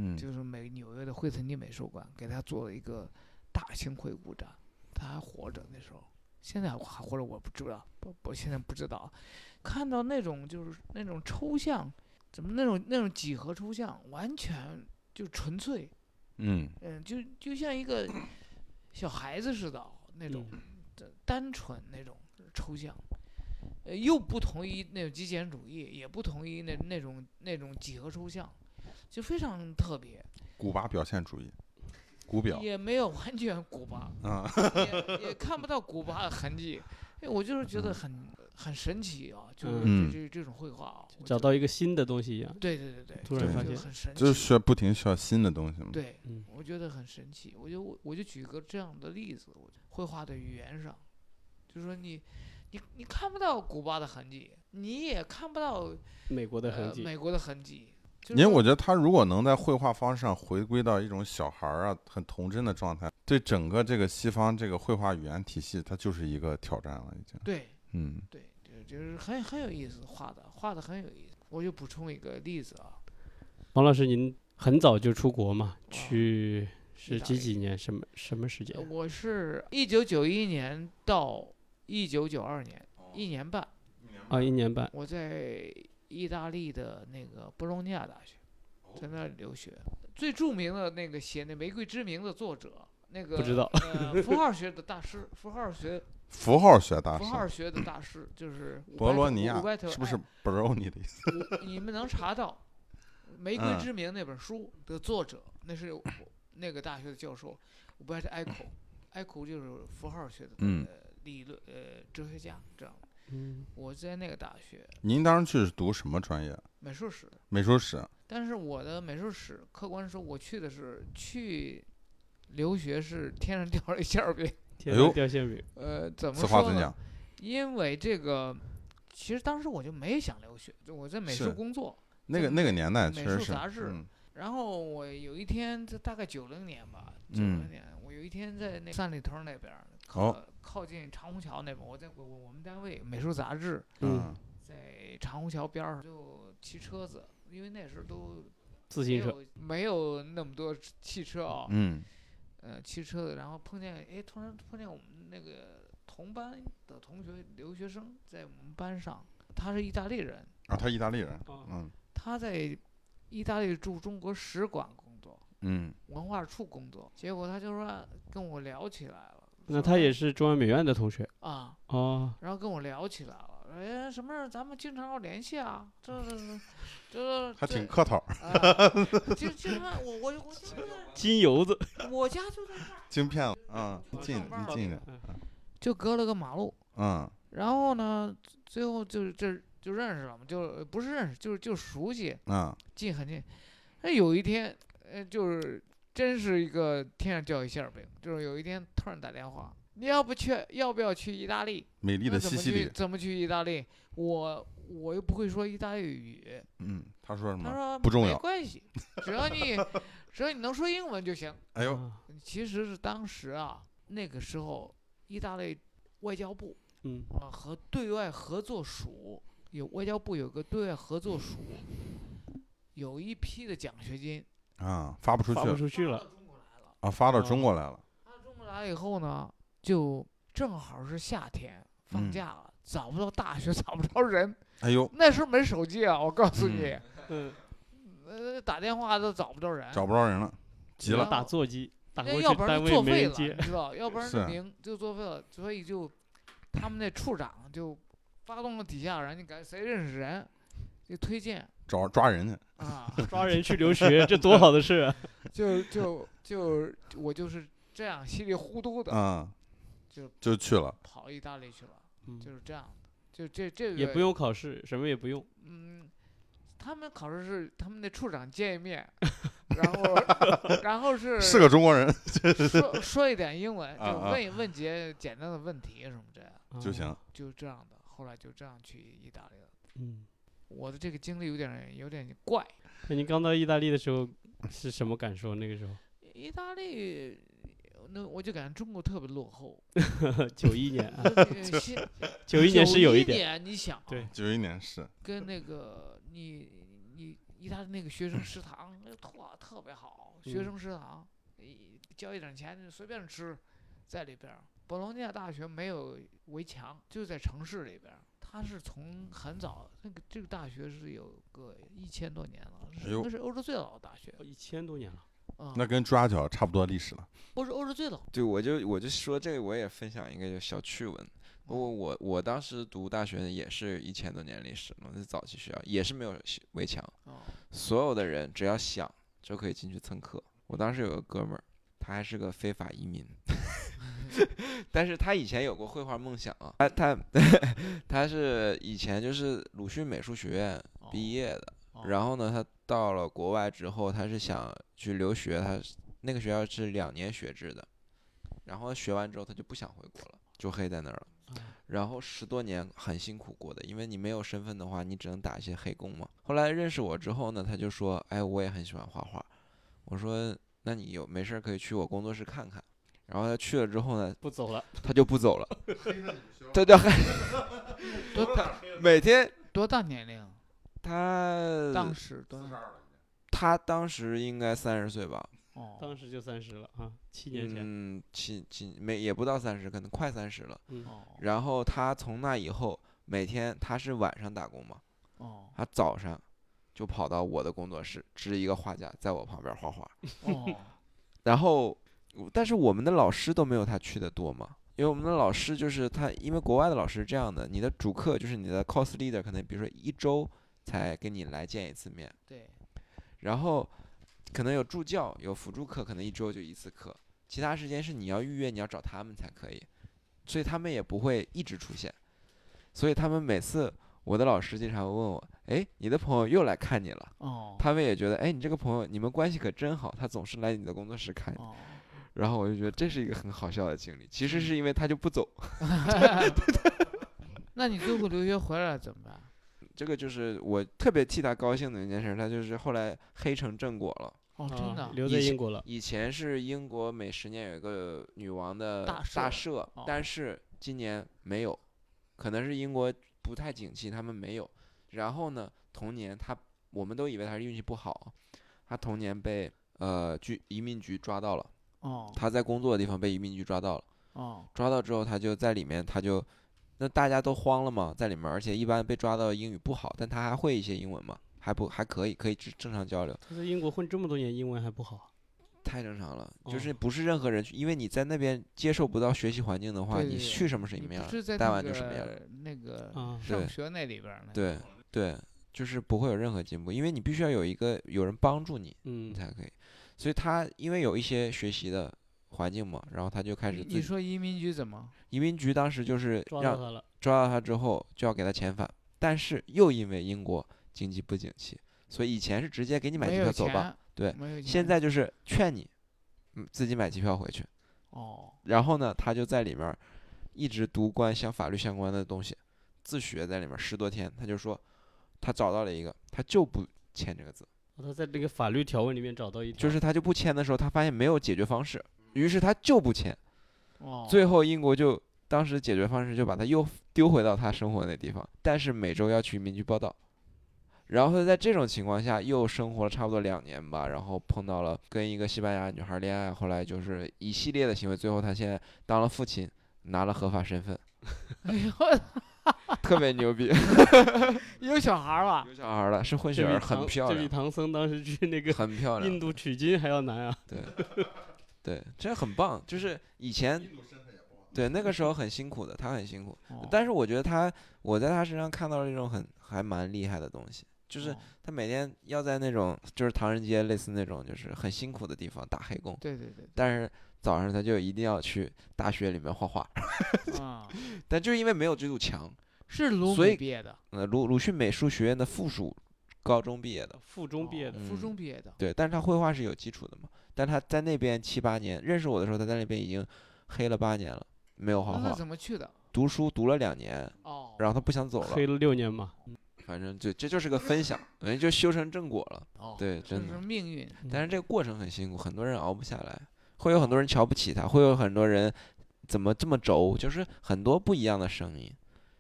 Speaker 2: 嗯
Speaker 1: 就是美纽约的惠特尼美术馆给他做了一个大型回顾展，他还活着那时候，现在还活着我不知道，不不现在不知道，看到那种就是那种抽象，怎么那种那种几何抽象，完全就纯粹，
Speaker 2: 嗯
Speaker 1: 嗯，就就像一个小孩子似的那
Speaker 3: 嗯
Speaker 1: 种的单纯那种抽象。呃，又不同于那种极简主义，也不同于那那种那种几何抽象，就非常特别。
Speaker 2: 古巴表现主义，古表。
Speaker 1: 也没有完全古巴，
Speaker 2: 啊，
Speaker 1: 也也看不到古巴的痕迹。哎，我就是
Speaker 3: 嗯
Speaker 1: 觉得很很神奇啊，就是
Speaker 2: 嗯
Speaker 1: 这这这种绘画啊，我觉
Speaker 3: 找
Speaker 1: 得
Speaker 3: 到一个新的东西一样。
Speaker 1: 对对对对，
Speaker 3: 突然
Speaker 1: 就
Speaker 2: 发
Speaker 1: 就
Speaker 3: 现
Speaker 1: 很神奇，
Speaker 2: 就是需要不停需要新的东西嘛。
Speaker 1: 对
Speaker 3: 嗯，
Speaker 1: 我觉得很神奇。我就我就举个这样的例子，我绘画的语言上，就是说你你你看不到古巴的痕迹，你也看不到
Speaker 3: 美国的痕
Speaker 1: 呃
Speaker 3: 迹，
Speaker 1: 美国的痕迹，就
Speaker 2: 因
Speaker 1: 是
Speaker 2: 为
Speaker 1: 说
Speaker 2: 我觉得他如果能在绘画方式上回归到一种小孩儿啊很童真的状态，对整个这个西方这个绘画语言体系，它就是一个挑战了，已经。
Speaker 1: 对
Speaker 2: 嗯
Speaker 1: 对，就就是很很有意思，画的画的很有意思。我就补充一个例子啊，
Speaker 3: 王老师，您很早就出国嘛？
Speaker 1: 哇
Speaker 3: 去
Speaker 1: 意
Speaker 3: 是
Speaker 1: 大
Speaker 3: 几
Speaker 1: 利
Speaker 3: 几年？什么什么时间
Speaker 1: 呃？我是一九九一年到一九九二年，
Speaker 2: 哦
Speaker 1: 一年半，
Speaker 3: 啊，一年半。
Speaker 1: 我在意大利的那个博隆尼亚大学，
Speaker 2: 哦
Speaker 1: 在那儿留学。最著名的那个写那《玫瑰之名》的作者，那个
Speaker 3: 不知道
Speaker 1: 呃，符号学的大师，符号学
Speaker 2: 符号学大
Speaker 1: 符号
Speaker 2: 师，
Speaker 1: 学的大师就是伍
Speaker 2: 博
Speaker 1: 拜
Speaker 2: 罗
Speaker 1: 特
Speaker 2: 尼亚
Speaker 1: 伍拜特
Speaker 2: 是不是
Speaker 1: 艾
Speaker 2: Brownie 的意思？
Speaker 1: 我你们能查到 《玫瑰
Speaker 2: 嗯
Speaker 1: 之名》那本书的作者，那是我那个大学的教授，我不爱是 Echo，Echo 就是符号学的、
Speaker 2: 嗯
Speaker 1: 呃理论呃哲学家，这样。
Speaker 3: 嗯，
Speaker 1: 我在那个大学
Speaker 2: 您当时去是读什么专业？
Speaker 1: 美术史，
Speaker 2: 美术史。
Speaker 1: 但是我的美术史，客观说，我去的是去留学是天上掉了一馅儿饼，
Speaker 3: 天
Speaker 2: 哎
Speaker 3: 上
Speaker 2: 呦
Speaker 3: 掉馅饼。
Speaker 1: 呃，怎么
Speaker 2: 此话
Speaker 1: 说
Speaker 2: 怎
Speaker 1: 呢
Speaker 2: 讲？
Speaker 1: 因为这个，其实当时我就没想留学，就我在美术
Speaker 2: 是
Speaker 1: 工作。
Speaker 2: 那个
Speaker 1: 这
Speaker 2: 那个年代
Speaker 1: 美
Speaker 2: 确
Speaker 1: 术
Speaker 2: 实是
Speaker 1: 杂志
Speaker 2: 嗯
Speaker 1: 然后我有一天，这大概九零年吧，九
Speaker 2: 嗯
Speaker 1: 零年，我我有一天在那三里屯儿那边儿，
Speaker 2: 哦
Speaker 1: 靠靠近长虹桥那边儿，我在我我们单位美术杂志
Speaker 3: 嗯，
Speaker 1: 在长虹桥边儿上就骑车子，因为那时候都
Speaker 3: 自
Speaker 1: 没
Speaker 3: 行车，
Speaker 1: 有没有那么多汽车啊、
Speaker 2: 嗯
Speaker 1: 呃，骑车子，然后碰见哎，突然碰见我们那个同班的同学留学生在我们班上，他是意大利人，
Speaker 2: 啊，他意大利人，
Speaker 3: 哦
Speaker 2: 嗯
Speaker 1: 他在意大利驻中国使馆工作，
Speaker 2: 嗯，
Speaker 1: 文化处工作。结果他就说跟我聊起来了，
Speaker 3: 那
Speaker 1: 说
Speaker 3: 他也是中央美院的同学
Speaker 1: 啊，
Speaker 3: 哦，
Speaker 1: 然后跟我聊起来了，哎，什么事儿咱们经常要联系啊，这这这这
Speaker 2: 还挺
Speaker 1: 这
Speaker 2: 客套，
Speaker 1: 啊经经常我我我家
Speaker 3: 金油子，
Speaker 1: 在我家就在这儿，
Speaker 2: 晶片了，嗯，
Speaker 1: 我
Speaker 2: 近
Speaker 1: 上班
Speaker 2: 你
Speaker 1: 儿
Speaker 2: 近一
Speaker 1: 了
Speaker 2: 点，
Speaker 1: 就隔了个马路。
Speaker 2: 嗯
Speaker 1: 然后呢，最后就是这就认识了嘛，就不是认识，就是就熟悉，
Speaker 2: 嗯
Speaker 1: 近很近。那有一天，呃，就是真是一个天上掉一馅儿饼，就是有一天突然打电话，你要不去，要不要去意大利？
Speaker 2: 美丽
Speaker 1: 那
Speaker 2: 的
Speaker 1: 怎
Speaker 2: 西
Speaker 1: 么
Speaker 2: 西
Speaker 1: 去
Speaker 2: 里，
Speaker 1: 怎么去意大利？我我又不会说意大利语。
Speaker 2: 嗯，他说什
Speaker 1: 他
Speaker 2: 么？
Speaker 1: 说
Speaker 2: 不重
Speaker 1: 没
Speaker 2: 要
Speaker 1: 关 系，只要你只要你能说英文就行。
Speaker 2: 哎呦，
Speaker 3: 啊
Speaker 1: 其实是当时啊，那个时候意大利外交部
Speaker 3: 嗯，
Speaker 1: 啊，和对外合作署有外交部有个对外合作署，有一批的奖学金
Speaker 2: 啊，发不出
Speaker 3: 发不
Speaker 2: 去
Speaker 3: 出去
Speaker 1: 到
Speaker 3: 了，
Speaker 1: 中国来了。
Speaker 2: 啊，发到
Speaker 1: 嗯
Speaker 2: 中国来了，
Speaker 1: 他中国来了以后呢，就正好是夏天放
Speaker 2: 嗯
Speaker 1: 假了，找不到大学， 找不着人。
Speaker 2: 哎呦，
Speaker 1: 那时候没手机啊，我告诉你，
Speaker 3: 嗯，
Speaker 1: 呃，打电话都找不着人，
Speaker 2: 找不着人了，急
Speaker 1: 然
Speaker 2: 了，
Speaker 1: 后
Speaker 3: 打座机，打
Speaker 1: 那
Speaker 3: 过
Speaker 1: 要
Speaker 3: 去
Speaker 1: 不
Speaker 3: 单
Speaker 1: 然就作
Speaker 3: 位没
Speaker 1: 废了，
Speaker 3: 人接
Speaker 1: 你，知道，要不然
Speaker 2: 是
Speaker 1: 就零就作废了，所以就他们那处长就发动了底下人，你感谁认识人，就推荐
Speaker 2: 找抓人去，
Speaker 1: 啊。
Speaker 3: 抓人去留学，这多好的事 啊！
Speaker 1: 就就就我就是这样稀里糊涂的
Speaker 2: 嗯，
Speaker 1: 就
Speaker 2: 就去了，
Speaker 1: 跑意大利去了，
Speaker 3: 嗯
Speaker 1: 就是这样的。就这这个
Speaker 3: 也不用考试，什么也不用，
Speaker 1: 嗯，他们考试是他们的处长见一面，然后然后是
Speaker 2: 是个中国人
Speaker 1: 说说一点英文，
Speaker 2: 啊
Speaker 1: 就
Speaker 2: 啊
Speaker 1: 问一问些简单的问题什么这样，
Speaker 2: 就行
Speaker 3: 啊。，
Speaker 1: 就这样的。后来就这样去意大利了。
Speaker 3: 嗯，
Speaker 1: 我的这个经历有点有点怪，
Speaker 3: 那你刚到意大利的时候是什么感受？那个 时候，
Speaker 1: 意大利。那我就感觉中国特别落后，
Speaker 3: 九一年啊， 九
Speaker 1: 九
Speaker 3: 一年是有
Speaker 1: 一
Speaker 3: 一点，
Speaker 1: 点，你想啊，
Speaker 3: 对
Speaker 2: 九一年是，
Speaker 1: 跟那个你你意大利那个学生食堂，那特特别好，学
Speaker 3: 嗯
Speaker 1: 生食堂，你交一点钱就随便吃，在里边儿。博罗尼亚大学没有围墙，就在城市里边儿。它是从很早，那个这个大学是有个一千多年了，
Speaker 2: 哎
Speaker 1: 是
Speaker 2: 呦哎
Speaker 1: 应该是欧洲最老的大学
Speaker 3: 一千多年了，
Speaker 1: 啊。
Speaker 2: 那跟朱家角差不多历史了，
Speaker 1: 欧洲欧洲最老，
Speaker 4: 对，我就我就说这个，我也分享一个小趣闻。我我我当时读大学也是一千多年历史，我是早期学校，也是没有西围墙，
Speaker 1: 哦，
Speaker 4: 所有的人只要想就可以进去蹭课。我当时有个哥们儿，他还是个非法移民， 但是他以前有过绘画梦想啊，他 他他是以前就是鲁迅美术学院毕业的，
Speaker 1: 哦，
Speaker 4: 然后呢，他到了国外之后，他是想去留学，他是那个学校是两年学制的，然后学完之后他就不想回国了，就黑在那儿了。
Speaker 3: 啊
Speaker 4: 然后十多年很辛苦过的，因为你没有身份的话，你只能打一些黑工嘛。后来认识我之后呢，他就说：“哎，我也很喜欢画画。”我说：“那你有没事儿可以去我工作室看看。”然后他去了之后呢，
Speaker 3: 不走了，
Speaker 4: 他就不走了，他就还
Speaker 1: 多大
Speaker 4: 每天
Speaker 1: 多大年龄？
Speaker 4: 他
Speaker 1: 呃当时多大？
Speaker 4: 他当时应该三十岁吧，
Speaker 1: 哦
Speaker 3: 当时就三十了啊，七年前，
Speaker 4: 嗯，七七没也不到三十，可能快三十了。
Speaker 1: 哦
Speaker 4: 然后他从那以后，每天他是晚上打工嘛，
Speaker 1: 哦
Speaker 4: 他早上就跑到我的工作室支一个画架，在我旁边画画。
Speaker 1: 哦，
Speaker 4: 然后，但是我们的老师都没有他去的多嘛，因为我们的老师就是他，因为国外的老师是这样的，你的主课就是你的 cos leader，可能比如说一周才跟你来见一次面，
Speaker 1: 对，
Speaker 4: 然后可能有助教，有辅助课，可能一周就一次课，其他时间是你要预约，你要找他们才可以，所以他们也不会一直出现。所以他们每次我的老师经常会问我，哎，你的朋友又来看你了，
Speaker 1: 哦
Speaker 4: 他们也觉得，哎，你这个朋友你们关系可真好，他总是来你的工作室看你。
Speaker 1: 哦，嗯
Speaker 4: 然后我就觉得这是一个很好笑的经历，其实是因为他就不走，
Speaker 1: 那你最后留学回来了怎么办？
Speaker 4: 这个就是我特别替他高兴的一件事儿，他就是后来黑成正果了。
Speaker 1: 哦，真的
Speaker 3: 啊，留在
Speaker 4: 以前
Speaker 3: 英国了。
Speaker 4: 以前是英国每十年有一个女王的
Speaker 1: 大
Speaker 4: 大
Speaker 1: 赦
Speaker 4: 赦，
Speaker 1: 哦
Speaker 4: 但是今年没有，可能是英国不太景气，他们没有。然后呢，同年他我们都以为他是运气不好，他同年被呃居移民局抓到了，
Speaker 1: 哦
Speaker 4: 他在工作的地方被移民局抓到了，
Speaker 1: 哦
Speaker 4: 抓到之后他就在里面他就。那大家都慌了嘛，在里面，而且一般被抓到英语不好，但他还会一些英文嘛，还不还可以，可以正正常交流。
Speaker 3: 他在英国混这么多年，英文还不好。
Speaker 4: 太正常了，就是
Speaker 3: 哦
Speaker 4: 不是任何人去，因为你在那边接受不到学习环境的话，
Speaker 1: 对
Speaker 4: 你
Speaker 1: 对对
Speaker 4: 去什么什
Speaker 1: 你
Speaker 4: 么
Speaker 1: 不
Speaker 4: 样
Speaker 1: 是在
Speaker 4: 待
Speaker 1: 那
Speaker 4: 完就什么样
Speaker 1: 个那个
Speaker 3: 啊
Speaker 1: 上
Speaker 4: 对
Speaker 1: 学那里边儿呢？
Speaker 4: 对对，就是不会有任何进步，因为你必须要有一个有人帮助你，
Speaker 3: 嗯
Speaker 4: 你，才可以。所以他因为有一些学习的环境嘛，然后他就开始
Speaker 1: 你，
Speaker 4: 自
Speaker 1: 你
Speaker 4: 己。
Speaker 1: 说移民局怎么？
Speaker 4: 移民局当时就是
Speaker 3: 抓到
Speaker 4: 让
Speaker 3: 他了。
Speaker 4: 抓到他之后就要给他遣返，但是又因为英国经济不景气，所以以前是直接给你买
Speaker 1: 没
Speaker 4: 机
Speaker 1: 有
Speaker 4: 票走吧，
Speaker 1: 钱啊
Speaker 4: 对
Speaker 1: 没有钱
Speaker 4: 现在就是劝你，嗯，自己买机票回去。
Speaker 1: 哦，
Speaker 4: 然后呢，他就在里面儿一直读关相法律相关的东西，自学在里面儿十多天。他就说，他找到了一个，他就不签这个字，
Speaker 3: 哦他在这个法律条文里面找到一条，
Speaker 4: 就是他就不签的时候，他发现没有解决方式，于是他就不签。
Speaker 1: 哦，
Speaker 4: 最后英国就当时解决方式就把他又丢回到他生活那地方，但是每周要去民局报道。然后在这种情况下，又生活了差不多两年吧，然后碰到了跟一个西班牙女孩恋爱，后来就是一系列的行为，最后他现在当了父亲，拿了合法身 份，
Speaker 1: 哎呦，
Speaker 4: 特别牛逼，
Speaker 1: 有小孩儿哦了，
Speaker 4: 有小孩了，是混血
Speaker 3: 这
Speaker 4: 儿，
Speaker 3: 比
Speaker 4: 很
Speaker 3: 唐
Speaker 4: 漂
Speaker 3: 这嗯比
Speaker 4: 亮，
Speaker 3: 唐僧当时去那个
Speaker 4: 很漂亮
Speaker 3: 印，度取经还要难啊。
Speaker 4: 对，对，这很棒，就是以前。对，那个时候很辛苦的，他很辛苦，
Speaker 1: 哦
Speaker 4: 但是我觉得他，我在他身上看到了一种很还蛮厉害的东西，就是
Speaker 1: 哦
Speaker 4: 他每天要在那种就是唐人街类似那种就是很辛苦的地方打黑工，
Speaker 1: 对对对
Speaker 4: 但是早上他就一定要去大学里面画画，
Speaker 1: 对，啊，
Speaker 4: 但就是因为没有这堵墙，
Speaker 1: 是卢
Speaker 4: 所
Speaker 1: 米
Speaker 4: 以
Speaker 1: 毕业的，
Speaker 4: 呃，鲁鲁迅美术学院的附属高中毕业的，
Speaker 3: 附中毕业
Speaker 1: 哦
Speaker 3: 的，
Speaker 1: 附
Speaker 4: 嗯
Speaker 1: 中毕业的，
Speaker 4: 对，但是他绘画是有基础的嘛，但他在那边七八年，认识我的时候他在那边已经黑了八年了，没有画
Speaker 1: 哦那他
Speaker 4: 画，
Speaker 1: 怎么去的？
Speaker 4: 读书读了两年，
Speaker 1: 哦，
Speaker 4: 然后他不想走了，
Speaker 3: 黑了六年嘛。
Speaker 4: 嗯反正就这就是个分享，人家就修成正果了。
Speaker 1: 哦，
Speaker 4: 对，
Speaker 1: 这是
Speaker 4: 真
Speaker 3: 嗯
Speaker 4: 的。
Speaker 1: 命运，
Speaker 4: 但是这个过程很辛苦，很多人熬不下来，会有很多人瞧不起他，会有很多人怎么这么轴，就是很多不一样的声音。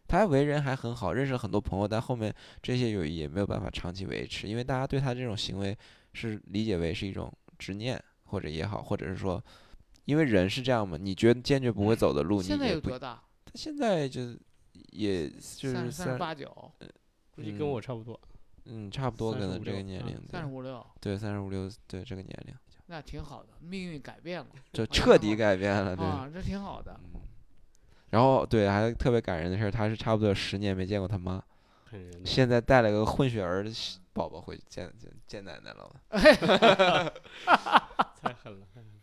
Speaker 4: 他为人还很好，认识了很多朋友，但后面这些友谊也没有办法长期维持，因为大家对他这种行为是理解为是一种执念，或者也好，或者是说，因为人是这样嘛，你觉得坚决不会走的路，
Speaker 1: 嗯
Speaker 4: 你
Speaker 1: 现在
Speaker 4: 也
Speaker 1: 有
Speaker 4: 不
Speaker 1: 多大？
Speaker 4: 他现在就也就
Speaker 1: 三
Speaker 4: 是
Speaker 1: 十三十八九，
Speaker 3: 估计
Speaker 4: 嗯
Speaker 3: 跟我差不多。
Speaker 4: 嗯，差不多可能
Speaker 3: 35
Speaker 4: 这个
Speaker 3: 六
Speaker 4: 年
Speaker 3: 嗯
Speaker 4: 龄，对
Speaker 1: 三十五六，
Speaker 4: 对，三十五六，对这个年龄，
Speaker 1: 那挺好的，命运改变了
Speaker 4: 这
Speaker 1: 挺
Speaker 4: 彻底
Speaker 1: 好
Speaker 4: 改变了，对。
Speaker 1: 啊，这挺好的。
Speaker 4: 嗯。然后对，还特别感人的事儿，他是差不多有十年没见过他妈，
Speaker 3: 很人 的。
Speaker 4: 现在带了个混血儿的小宝宝回去见见见奶奶
Speaker 3: 太狠
Speaker 4: 了。
Speaker 3: 了，太狠了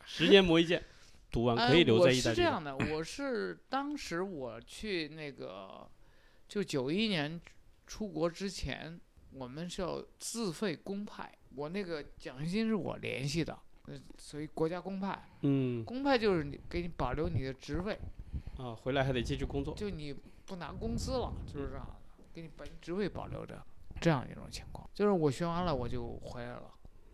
Speaker 3: 十年磨一剑，读完
Speaker 1: 哎
Speaker 3: 嗯可以留在意大
Speaker 1: 我是
Speaker 3: 利
Speaker 1: 这
Speaker 3: 的。
Speaker 1: 样的，我是当时我去那个，就九一年出国之前，我们是要自费公派，我那个奖学金是我联系的，呃，所以国家公派，
Speaker 3: 嗯
Speaker 1: 公派就是你给你保留你的职位，
Speaker 3: 啊，回来还得继续工作。
Speaker 1: 就你不拿工资了，就是这样的，给你把你职位保留着，这样一种情况。就是我学完了我就回来了，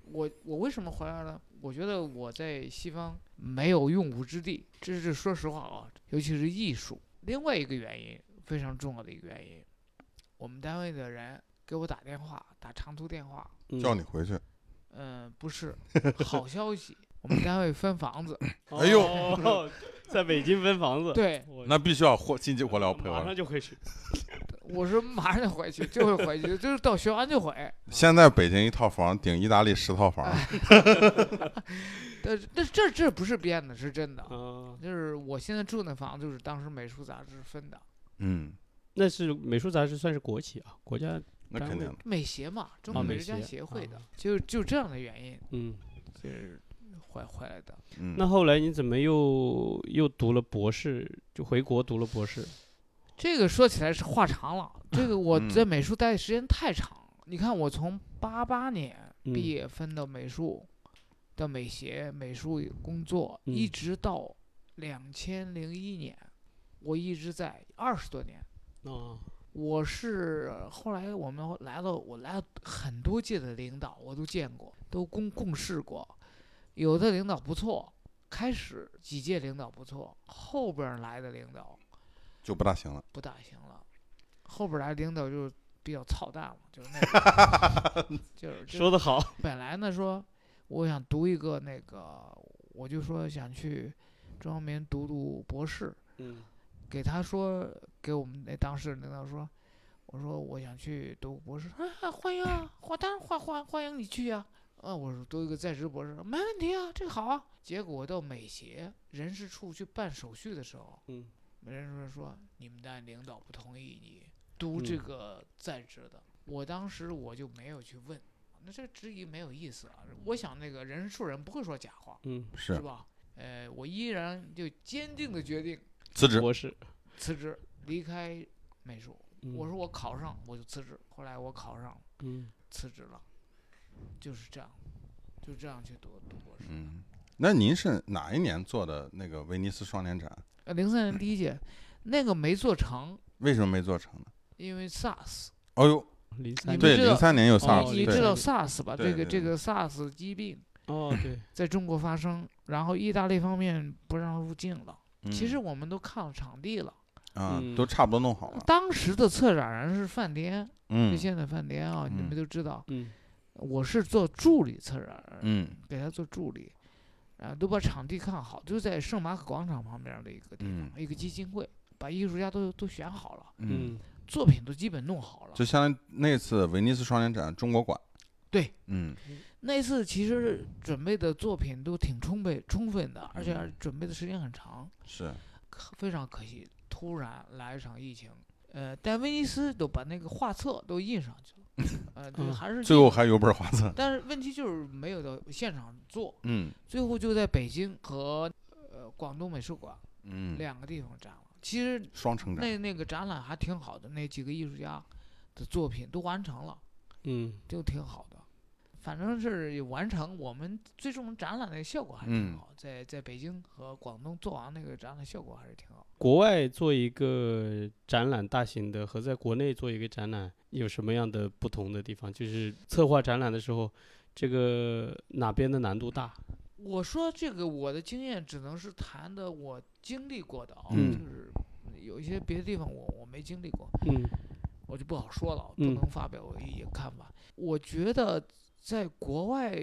Speaker 1: 我我为什么回来呢？我觉得我在西方没有用武之地，这是说实话啊，尤其是艺术。另外一个原因，非常重要的一个原因，我们单位的人给我打电话，打长途电话，
Speaker 3: 嗯
Speaker 2: 叫你回去，
Speaker 1: 嗯、不是，好消息，我们单位分房子，
Speaker 2: 哎呦
Speaker 3: 呦，哦在北京分房子。
Speaker 1: 对
Speaker 3: 我
Speaker 2: 那必须要火经济火燎陪
Speaker 3: 马上
Speaker 2: 我。
Speaker 3: 就回去。
Speaker 1: 我是马上就回去，就会回去，就是到学完就回。
Speaker 2: 现在北京一套房顶意大利十套房，
Speaker 1: 哎但是但是呃这这不是编的，是真的。
Speaker 3: 啊，
Speaker 1: 就是我现在住那房，就是当时美术杂志分的，
Speaker 2: 嗯，
Speaker 3: 那是美术杂志算是国企啊，国家
Speaker 2: 那
Speaker 3: 单
Speaker 2: 肯
Speaker 3: 位
Speaker 2: 定的。
Speaker 1: 美协嘛，中国
Speaker 3: 啊
Speaker 1: 美
Speaker 3: 美
Speaker 1: 术家
Speaker 3: 协
Speaker 1: 协会的，
Speaker 3: 啊
Speaker 1: 就就这样的原因，
Speaker 3: 嗯。
Speaker 1: 就是回回来的。
Speaker 2: 嗯，
Speaker 3: 那后来你怎么又又读了博士，就回国读了博士？
Speaker 1: 这个说起来是话长了，这 个我
Speaker 2: 嗯
Speaker 1: 在美术待的时间太长了。你看，我从八八年
Speaker 3: 嗯
Speaker 1: 毕业分到美术，到美协美术工作，一
Speaker 3: 嗯
Speaker 1: 直到两千零一年，我一直在二十多年。
Speaker 3: 哦，
Speaker 1: 我是后来我们来了，我来了很多届的领导，我都见过，都共共事过。有的领导不错，开始几届领导不错，后边儿来的领导
Speaker 2: 就不大行了。
Speaker 1: 不大行了，后边儿来领导就比较操蛋了，就是那种，就是就是
Speaker 3: 说得好，
Speaker 1: 本来呢说我想读一个那个，我就说想去中央民读读博士，
Speaker 3: 嗯
Speaker 1: 给他说给我们那当时领导说，我说我想去读博士，啊欢迎啊，欢当然欢欢欢迎你去呀、啊，我说读一个在职博士没问题啊，这个好啊。结果到美协人事处去办手续的时候，
Speaker 3: 嗯，
Speaker 1: 人事处说你们的领导不同意你读这
Speaker 3: 嗯
Speaker 1: 个在职的，我当时我就没有去问。那这质疑没有意思啊！我想那个人事处人不会说假话，
Speaker 3: 嗯，
Speaker 1: 是
Speaker 2: 是
Speaker 1: 吧？呃，我依然就坚定的决定
Speaker 2: 辞职，
Speaker 3: 博士，
Speaker 1: 辞职，离开美术。
Speaker 3: 嗯
Speaker 1: 我说我考上我就辞职，后来我考上
Speaker 3: 嗯，
Speaker 1: 辞职了，就是这样，就这样去读读博士。
Speaker 2: 嗯，那您是哪一年做的那个威尼斯双年展？
Speaker 1: 呃，零三年第一届那个没做成，
Speaker 2: 为什么没做成呢？
Speaker 1: 因为 SARS，
Speaker 2: 哦呦，
Speaker 3: 零
Speaker 1: 你
Speaker 3: 三
Speaker 1: 们
Speaker 2: 对，
Speaker 1: 知
Speaker 2: 零
Speaker 1: 道
Speaker 2: 三年有
Speaker 3: 哦
Speaker 2: SARS，、
Speaker 1: 你
Speaker 3: 零
Speaker 1: 知
Speaker 2: 对
Speaker 1: 道
Speaker 3: 三
Speaker 1: SARS 吧？这
Speaker 2: 对
Speaker 1: 个
Speaker 2: 对
Speaker 1: 这
Speaker 2: 对
Speaker 1: 个 SARS 疾病
Speaker 3: 哦对，
Speaker 1: 在中国发生，然后意大利方面不让入境了。
Speaker 2: 嗯
Speaker 1: 其实我们都看了场地了，
Speaker 2: 啊、
Speaker 3: 嗯
Speaker 2: 都差不多弄好了。
Speaker 1: 当时的策展人是范滂，
Speaker 2: 嗯
Speaker 1: 就现在范滂啊，你们
Speaker 2: 嗯
Speaker 1: 都知道，
Speaker 3: 嗯
Speaker 1: 我是做助理策展人，
Speaker 2: 嗯
Speaker 1: 给他做助理，啊，都把场地看好，就在圣马可广场旁边的一个地方，一个基金会，把艺术家都都选好了，
Speaker 2: 嗯，，
Speaker 1: 作品都基本弄好了
Speaker 2: 就。相当于那次威尼斯双年展中国馆。
Speaker 1: 对，
Speaker 2: 嗯
Speaker 1: 那次其实准备的作品都挺充沛充分的，而且
Speaker 2: 嗯
Speaker 1: 准备的时间很长，
Speaker 2: 是，
Speaker 1: 可非常可惜，突然来一场疫情。呃，但威尼斯都把那个画册都印上去 了，呃，就是
Speaker 3: 嗯
Speaker 1: 还是
Speaker 2: 最后
Speaker 1: 进
Speaker 2: 还有本画册。
Speaker 1: 但是问题就是没有到现场做，
Speaker 2: 嗯
Speaker 1: 最后就在北京和呃广东美术馆
Speaker 2: 嗯，
Speaker 1: 两个地方展了。其实
Speaker 2: 双城展。
Speaker 1: 那那个展览还挺好的，那几个艺术家的作品都完成了，
Speaker 3: 嗯
Speaker 1: 都挺好的。反正是有完成，我们最终展览的效果还挺
Speaker 2: 嗯
Speaker 1: 好，在在北京和广东做完那个展览效果还是挺好。
Speaker 3: 国外做一个展览，大型的和在国内做一个展览有什么样的不同的地方？就是策划展览的时候，这个哪边的难度大？
Speaker 1: 我说这个我的经验只能是谈的我经历过的啊，
Speaker 2: 嗯
Speaker 1: 就是有一些别的地方我我没经历过，
Speaker 3: 嗯
Speaker 1: 我就不好说了，不
Speaker 3: 嗯
Speaker 1: 能发表我的意见看法。我觉得在国外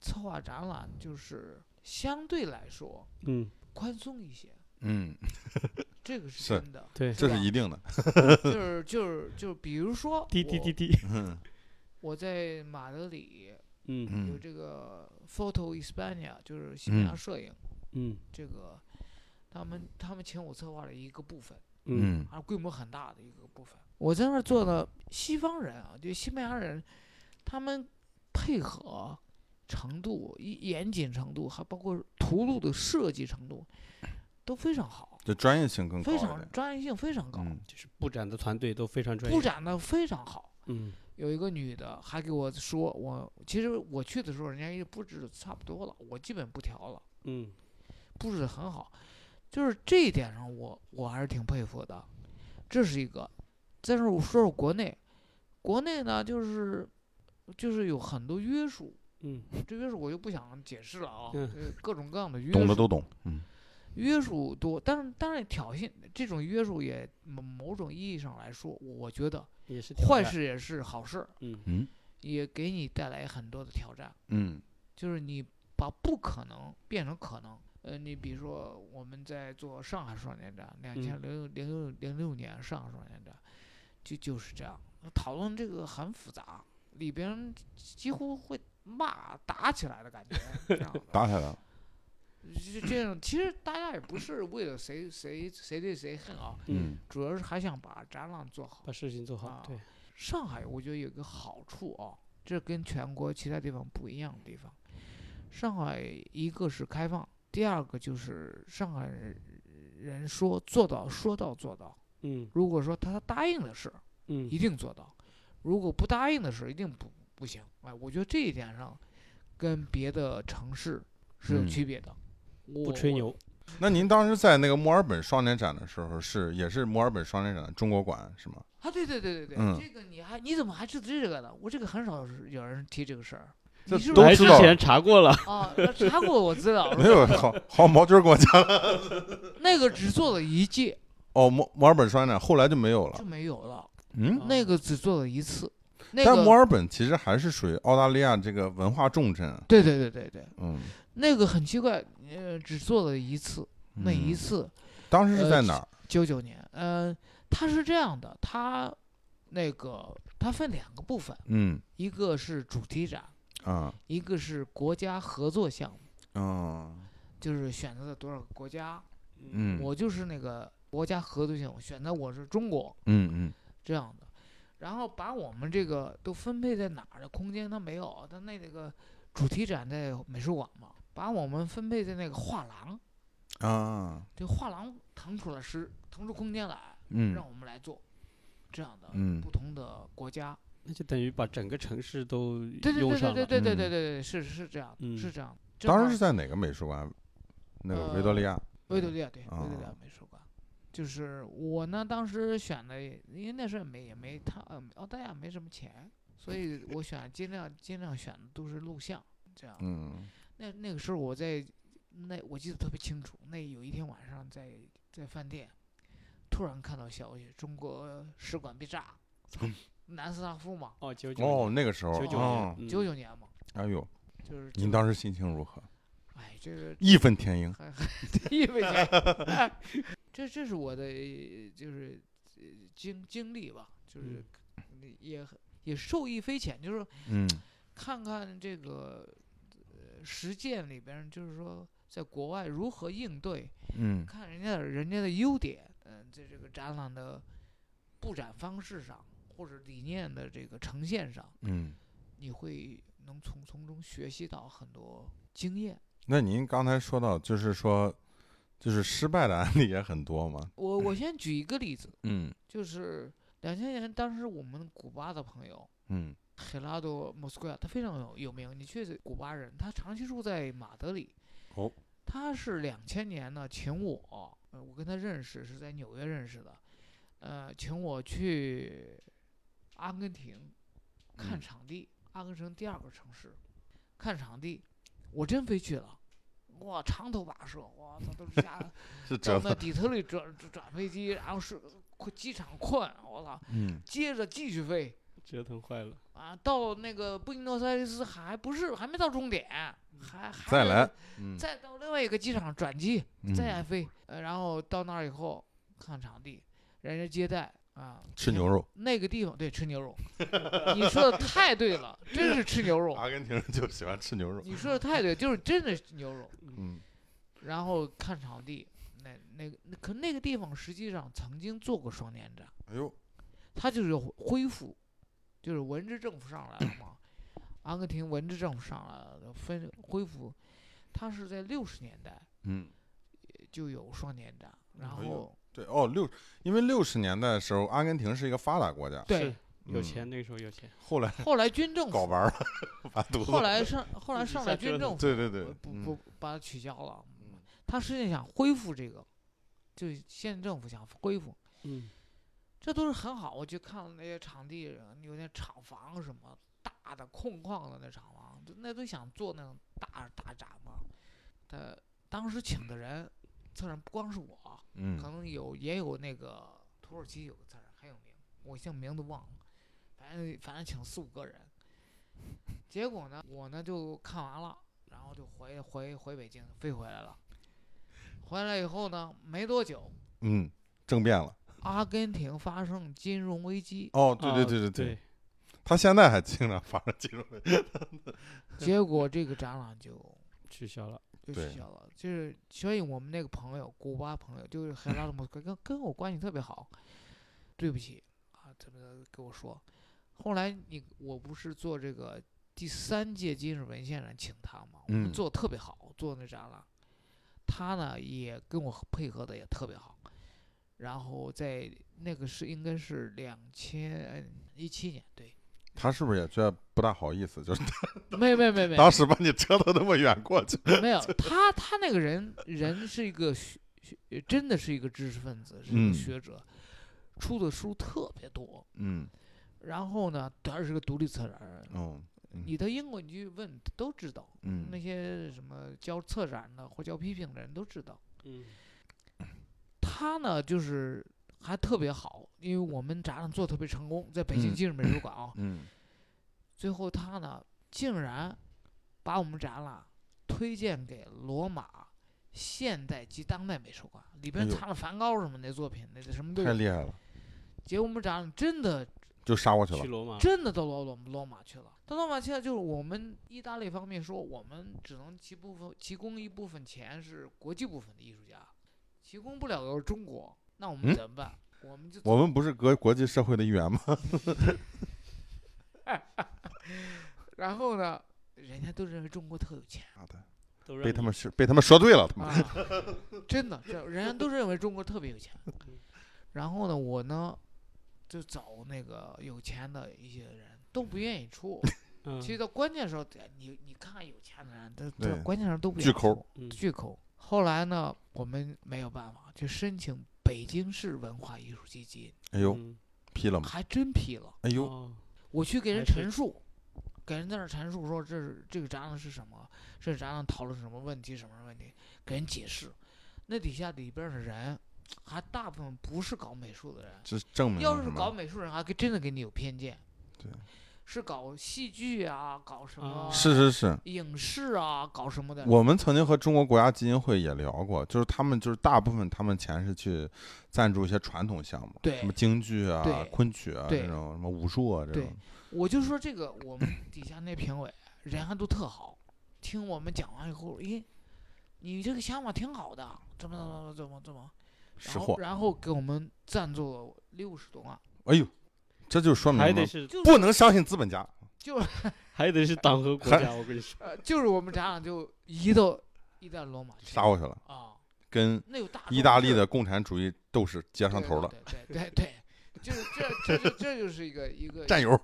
Speaker 1: 策划展览就是相对来说
Speaker 3: 嗯，。
Speaker 1: 宽松一些，
Speaker 2: 嗯，
Speaker 1: 这个是
Speaker 2: 是
Speaker 1: 真的
Speaker 3: 对，
Speaker 2: 这
Speaker 1: 吧
Speaker 2: 是一定的。
Speaker 1: 就是就是就是，比如说
Speaker 3: 滴滴滴滴，
Speaker 2: 嗯
Speaker 1: 我，我在马德里
Speaker 3: 嗯
Speaker 1: 有
Speaker 2: 嗯
Speaker 1: 这个 Photo Hispania，就是西班牙
Speaker 2: 嗯
Speaker 1: 摄影、
Speaker 3: 嗯
Speaker 1: 这个，他们他们请我策划了一个部分，
Speaker 3: 嗯
Speaker 1: 啊，规模很大的一个部分。嗯我在那儿做的西方人啊，就西班牙人，他们配合程度、一严谨程度，还包括图录的设计程度，都非常好，
Speaker 2: 就专业性更高
Speaker 1: 非
Speaker 2: 一点
Speaker 1: 常。专业性非常高，
Speaker 2: 嗯
Speaker 3: 就是布展的团队都非常专
Speaker 1: 布
Speaker 3: 业。
Speaker 1: 展的非常好。
Speaker 3: 嗯
Speaker 1: 有一个女的还给我说，我其实我去的时候，人家一布置的差不多了，我基本不调了，
Speaker 3: 嗯
Speaker 1: 布置的很好，就是这一点上我我还是挺佩服的，这是一个。再说我说说国内，国内呢就是就是有很多约束，
Speaker 3: 嗯
Speaker 1: 这约束我就不想解释了啊，
Speaker 3: 嗯
Speaker 1: 呃各种各样的约
Speaker 2: 懂的
Speaker 1: 束，
Speaker 2: 都懂。嗯
Speaker 1: 约束多，但是当然挑衅这种约束也某某种意义上来说，我觉得
Speaker 3: 也是挑
Speaker 1: 坏
Speaker 3: 战。
Speaker 1: 事也是好事，
Speaker 3: 嗯
Speaker 2: 嗯
Speaker 1: 也给你带来很多的挑战。
Speaker 2: 嗯
Speaker 1: 就是你把不可能变成可能。呃，你比如说我们在做上海双年展，两千零零六零六年上海双年展，就就是这样。讨论这个很复杂，里边几乎会骂打起来的感觉，这样的
Speaker 2: 打起来了。
Speaker 1: 这这样。其实大家也不是为了谁谁谁对谁恨啊，
Speaker 3: 嗯，
Speaker 1: 主要是还想把展览做好
Speaker 3: 把。事情做好
Speaker 1: 啊。
Speaker 3: 对，
Speaker 1: 上海我觉得有个好处啊，这跟全国其他地方不一样的地方。上海一个是开放，第二个就是上海人说做到说到做到。
Speaker 3: 嗯
Speaker 1: 如果说他答应的事，
Speaker 3: 嗯
Speaker 1: 一定做到；如果不答应的事，一定不不行。哎，我觉得这一点上跟别的城市是有
Speaker 2: 嗯
Speaker 1: 区别的。我
Speaker 3: 不吹
Speaker 1: 我
Speaker 3: 牛。
Speaker 2: 那您当时在那个墨尔本双年展的时候是，也是墨尔本双年展的中国馆 是吗？
Speaker 1: 啊，对对对对对，
Speaker 2: 嗯
Speaker 1: 这个你还你怎么还知道这个呢？我这个很少有人提这个事儿。
Speaker 2: 这
Speaker 1: 你是不
Speaker 2: 都
Speaker 1: 是
Speaker 3: 来
Speaker 2: 知
Speaker 3: 之
Speaker 2: 道，
Speaker 3: 前查过了，
Speaker 1: 啊？查过我资料
Speaker 2: 没有，好好毛军儿跟我讲
Speaker 1: 那个只做了一届
Speaker 2: 哦，墨墨尔本双年展后来就没有了
Speaker 1: 就。没有了，
Speaker 2: 嗯，
Speaker 1: 那个只做了一次。那
Speaker 2: 但墨
Speaker 1: 个
Speaker 2: 尔本其实还是属于澳大利亚这个文化重镇。
Speaker 1: 对对对对对，
Speaker 2: 嗯，
Speaker 1: 那个很奇怪，呃，只做了一次，那一
Speaker 2: 嗯
Speaker 1: 次
Speaker 2: 当时是
Speaker 1: 呃
Speaker 2: 在哪儿？
Speaker 1: 九九年，呃，它是这样的，它那个它分两个部分，
Speaker 2: 嗯
Speaker 1: 一个是主题展，
Speaker 2: 啊
Speaker 1: 一个是国家合作项目，
Speaker 2: 嗯
Speaker 1: 就是选择了多少个国家，
Speaker 2: 嗯
Speaker 1: 我就是那个国家合作项目，选择我是中国
Speaker 2: 嗯嗯
Speaker 1: 这样的，然后把我们这个都分配在哪儿的空间它没有，它那个主题展在美术馆嘛，把我们分配在那个画廊，
Speaker 2: 啊
Speaker 1: 这画廊腾出了时腾出空间来，
Speaker 2: 嗯
Speaker 1: 让我们来做这样的
Speaker 2: 嗯
Speaker 1: 不同的国家。
Speaker 3: 那就等于把整个城市都
Speaker 1: 对对
Speaker 3: 用
Speaker 1: 对
Speaker 3: 上
Speaker 1: 对对对对
Speaker 3: 了。
Speaker 2: 嗯
Speaker 1: 对对对，是是这样，
Speaker 3: 嗯
Speaker 1: 是这样。正
Speaker 2: 当
Speaker 1: 好
Speaker 2: 时是在哪个美术馆？那个维多利亚。
Speaker 1: 维多利亚对维
Speaker 2: 啊
Speaker 1: 多利亚美术馆。就是我呢，当时选的，因为那时候也没也没他呃澳大利亚没什么钱，所以我选尽量尽量选的都是录像这样。
Speaker 2: 嗯
Speaker 1: 那那个时候我在那我记得特别清楚，那有一天晚上在在饭店，突然看到消息，中国使馆被炸，
Speaker 2: 嗯
Speaker 1: 南斯拉夫嘛，
Speaker 3: 哦，九九
Speaker 2: 哦，那个时候
Speaker 3: 九九
Speaker 2: 哦
Speaker 3: 年，嗯
Speaker 1: 九九年嘛，
Speaker 2: 哎呦，
Speaker 1: 就是
Speaker 2: 您当时心情如何？
Speaker 1: 哎，这个
Speaker 2: 义愤填膺。
Speaker 1: 还还 意味着， 这这是我的就是呃经经历吧，就是
Speaker 3: 嗯
Speaker 1: 也很也受益匪浅，就是
Speaker 2: 嗯
Speaker 1: 看看这个呃实践里边儿，就是说在国外如何应对，
Speaker 2: 嗯
Speaker 1: 看人家的人家的优点，嗯，在这个展览的布展方式上或者理念的这个呈现上，
Speaker 2: 嗯。
Speaker 1: 你会能从从中学习到很多经验。
Speaker 2: 那您刚才说到，就是说，就是失败的案例也很多嘛。
Speaker 1: 我我先举一个例子，
Speaker 2: 嗯
Speaker 1: 就是两千年，当时我们古巴的朋友
Speaker 2: 嗯
Speaker 1: 黑拉多莫斯科亚，他非常有有名。你去古巴人，他长期住在马德里。
Speaker 2: 哦，
Speaker 1: 他是两千年呢，请我，呃我跟他认识是在纽约认识的，呃，请我去阿根廷看
Speaker 2: 嗯
Speaker 1: 场地，阿根廷第二个城市看场地，我真飞去了。哇，长途跋涉，哇，他都是下
Speaker 2: 是
Speaker 1: 到
Speaker 2: 折
Speaker 1: 那
Speaker 2: 腾。
Speaker 1: 底特律转转飞机，然后是困机场困，我操，
Speaker 2: 嗯
Speaker 1: 接着继续飞
Speaker 3: 折腾坏了。
Speaker 1: 啊，到那个布宜诺斯艾利斯还不是还没到终点，还还
Speaker 2: 再
Speaker 1: 得
Speaker 2: 来嗯
Speaker 1: 再到另外一个机场转机，
Speaker 2: 嗯
Speaker 1: 再飞，呃，然后到那儿以后看场地，人家接待啊，
Speaker 2: 吃牛肉。
Speaker 1: 那个地方对吃牛肉，你说的太对了，真是吃牛肉，
Speaker 2: 阿根廷人就喜欢吃牛肉。
Speaker 1: 你说的太对，就是真的是牛肉，
Speaker 2: 嗯
Speaker 1: 然后看场地，那那个那可那个地方实际上曾经做过双年展。
Speaker 2: 哎呦，
Speaker 1: 他就是要恢恢复，就是文治政府上来了嘛，阿根廷文治政府上来了，分恢复，他是在六十年代
Speaker 2: 嗯，
Speaker 1: 就有双年展，然
Speaker 2: 哎呦
Speaker 1: 后
Speaker 2: 对哦，六，因为六十年代的时候，阿根廷是一个发达国家，
Speaker 1: 对，
Speaker 3: 有
Speaker 2: 嗯，
Speaker 3: 钱那个时候有钱，
Speaker 2: 后来
Speaker 1: 后来军政
Speaker 2: 搞
Speaker 1: 府，
Speaker 2: 玩儿了， 完犊子
Speaker 1: 后
Speaker 2: 了。
Speaker 1: 来上后来
Speaker 3: 自己
Speaker 1: 上
Speaker 3: 瞎
Speaker 1: 来军
Speaker 3: 折腾
Speaker 1: 政府
Speaker 2: 对对对
Speaker 1: 呃，不
Speaker 2: 嗯
Speaker 1: 不把它取消了，他实际上想恢复这个，就是县政府想恢复，
Speaker 3: 嗯，
Speaker 1: 这都是很好。我去看了那些场地，有那厂房什么大的空旷的那厂房，就那都想做那种大大展嘛。他当时请的人，策展不光是我，可
Speaker 2: 嗯
Speaker 1: 能有也有那个土耳其有个策展很有名，我现在名字忘了，反正反正请四五个人。结果呢，我呢就看完了，然后就回回回北京飞回来了。回来以后呢，没多久，
Speaker 2: 嗯，政变了。
Speaker 1: 阿根廷发生金融危机，
Speaker 2: 哦，对对
Speaker 3: 啊
Speaker 2: 对对
Speaker 3: 对，，
Speaker 2: 他现在还经常发生金融危机。
Speaker 1: 结果这个展览就
Speaker 3: 取消了。
Speaker 1: 就
Speaker 2: 对
Speaker 1: 取消了。就是所以我们那个朋友，古巴朋友，
Speaker 2: 嗯
Speaker 1: 就是海拉的莫斯科，跟跟我关系特别好。对不起啊，怎么的跟我说？后来你我不是做这个第三届今日文献展请他嘛，我
Speaker 2: 嗯
Speaker 1: 们做的特别好，做那展览，他呢也跟我配合的也特别好。嗯然后在那个是应该是两千一七年，对，
Speaker 2: 他是不是也觉得不大好意思？就是
Speaker 1: 没有没有没有没有
Speaker 2: 当时把你折腾那么远过去，
Speaker 1: 没有，他他那个人人是一个学学，真的是一个知识分子，是一
Speaker 2: 嗯
Speaker 1: 个学者，出的书特别多。
Speaker 2: 嗯，
Speaker 1: 然后呢，他是个独立策展人，
Speaker 2: 哦，
Speaker 1: 你到英国你去问都知道，
Speaker 2: 嗯
Speaker 1: 那些什么教策展的或教批评的人都知道。
Speaker 3: 嗯
Speaker 1: 他呢，就是还特别好，因为我们展览做得特别成功，在北京
Speaker 2: 嗯
Speaker 1: 今日美术馆啊，
Speaker 2: 嗯，
Speaker 1: 最后他呢，竟然把我们展览推荐给罗马现代及当代美术馆，里边
Speaker 2: 哎呦
Speaker 1: 藏了梵高什么的作品，那个什么都
Speaker 2: 太
Speaker 1: 有。
Speaker 2: 厉害了，
Speaker 1: 结果我们展览真的
Speaker 2: 就杀过去
Speaker 3: 嗯去
Speaker 2: 了，
Speaker 3: 罗马，
Speaker 1: 真的到罗罗罗马去了，到罗马去了，就是我们意大利方面说，我们只能提部分提供一部分钱是国际部分的艺术家，提供不了的是中国，那我
Speaker 2: 嗯
Speaker 1: 们怎么办？我们就
Speaker 2: 我们不是国国际社会的一员吗？
Speaker 1: 然后呢，人家都认为中国特有钱。
Speaker 3: 都让
Speaker 2: 被他
Speaker 3: 你
Speaker 2: 们是被他们说对了，他 们，
Speaker 1: 啊，真的，这人家都认为中国特别有钱。
Speaker 3: 嗯
Speaker 1: 然后呢，我呢就找那个有钱的一些人都不愿意出。
Speaker 3: 嗯
Speaker 1: 其实到关键时候，哎你你看看有钱的人，他他
Speaker 2: 对
Speaker 1: 关键时候都不
Speaker 2: 巨
Speaker 1: 愿意
Speaker 2: 抠
Speaker 1: 出
Speaker 3: 嗯
Speaker 1: 巨抠。后来呢，我们没有办法，就申请北京市文化艺术基金，
Speaker 2: 哎呦，
Speaker 3: 嗯
Speaker 2: 批了吗？
Speaker 1: 还真批了。
Speaker 2: 哎呦，
Speaker 3: 哦
Speaker 1: 我去给人
Speaker 3: 还是
Speaker 1: 陈述，给人在那儿陈述说这是这个展览是什么，这个展览讨论什么问题，什么问题，给人解释。那底下里边儿的人，还大部分不是搞美术的人，
Speaker 2: 这证明
Speaker 1: 要
Speaker 2: 了
Speaker 1: 是
Speaker 2: 什
Speaker 1: 搞
Speaker 2: 么？
Speaker 1: 美术人，还跟真的给你有偏见。
Speaker 2: 对，
Speaker 1: 是搞戏剧啊，搞什么
Speaker 3: 啊
Speaker 2: 是是是，
Speaker 1: 影视啊，搞什么的。
Speaker 2: 我们曾经和中国国家基金会也聊过，就是他们就是大部分他们钱是去赞助一些传统项目，
Speaker 1: 对
Speaker 2: 什么京剧啊
Speaker 1: 对、
Speaker 2: 昆曲啊
Speaker 1: 对
Speaker 2: 这种，什么武术啊这
Speaker 1: 对
Speaker 2: 种，
Speaker 1: 我就说这个，我们底下那评委人还都特好，听我们讲完以后，咦，你这个想法挺好的，怎么怎么怎么怎么，
Speaker 2: 识
Speaker 1: 然
Speaker 2: 货
Speaker 1: 后。然后给我们赞助了六十多万，
Speaker 2: 哎呦，这就说明
Speaker 3: 还得
Speaker 2: 了
Speaker 3: 是
Speaker 1: 就是
Speaker 2: 不能相信资本家。
Speaker 1: 就是
Speaker 3: 还得是党和国
Speaker 2: 还
Speaker 3: 家，我跟你说，
Speaker 1: 呃就是我们展览就移到移到罗马去
Speaker 2: 杀过去了，
Speaker 1: 啊，
Speaker 2: 跟
Speaker 1: 那有大
Speaker 2: 意大利的共产主义斗士接
Speaker 1: 对
Speaker 2: 上头了，
Speaker 1: 对对对对对，就是这这这这就是一个一个
Speaker 2: 战友。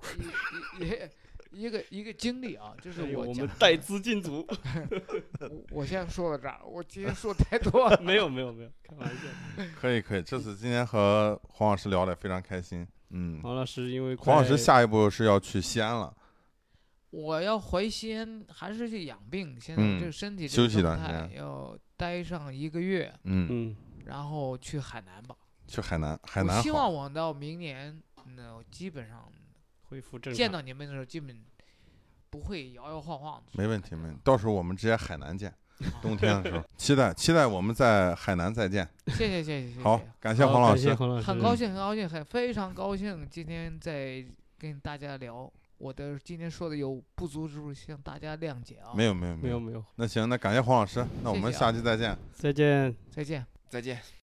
Speaker 1: 一一一个一个经历啊，就是
Speaker 3: 哎呦
Speaker 1: 我
Speaker 3: 我
Speaker 1: 讲
Speaker 3: 们
Speaker 1: 的
Speaker 3: 带资进组，
Speaker 1: 我我现在说到这儿，我今天说太多 了，
Speaker 3: 没有没有没有，开玩笑。
Speaker 2: 可以可以，这次今天和黄老师聊得非常开心。嗯，
Speaker 3: 黄老师因为
Speaker 2: 黄老
Speaker 3: 快
Speaker 2: 师下一步是要去西安了，
Speaker 1: 我要回西安，还是去养病。现在
Speaker 2: 嗯
Speaker 1: 这个身体这
Speaker 2: 休
Speaker 1: 个
Speaker 2: 息
Speaker 1: 状
Speaker 2: 段时
Speaker 1: 态
Speaker 2: 间
Speaker 1: 要待上一个月，
Speaker 2: 嗯，
Speaker 3: 嗯
Speaker 1: 然后去海南吧。
Speaker 2: 去海南，海
Speaker 1: 我
Speaker 2: 南
Speaker 1: 希
Speaker 2: 好
Speaker 1: 望我到明年，那我基本上
Speaker 3: 恢复正
Speaker 1: 见
Speaker 3: 常。
Speaker 1: 到你们的时候，基本不会摇摇晃晃的。
Speaker 2: 没问题没问题，到时候我们直接海南见，
Speaker 1: 好
Speaker 2: 冬天的时候，期待期待我们在海南再见。
Speaker 1: 谢谢谢谢谢谢，
Speaker 2: 好，感谢
Speaker 3: 好
Speaker 2: 黄老
Speaker 3: 感谢
Speaker 2: 师，
Speaker 3: 黄老师，
Speaker 1: 很高兴很高兴，很非常高兴今天在跟大家聊我的今天说的有不足之处，希望大家谅解啊。
Speaker 2: 没有没有
Speaker 3: 嗯没
Speaker 2: 没
Speaker 3: 有
Speaker 2: 有，
Speaker 3: 没有，
Speaker 2: 那行，那感谢黄老师，那我们
Speaker 1: 谢谢啊
Speaker 2: 下期再见。
Speaker 3: 再见。
Speaker 1: 再见。
Speaker 4: 再见。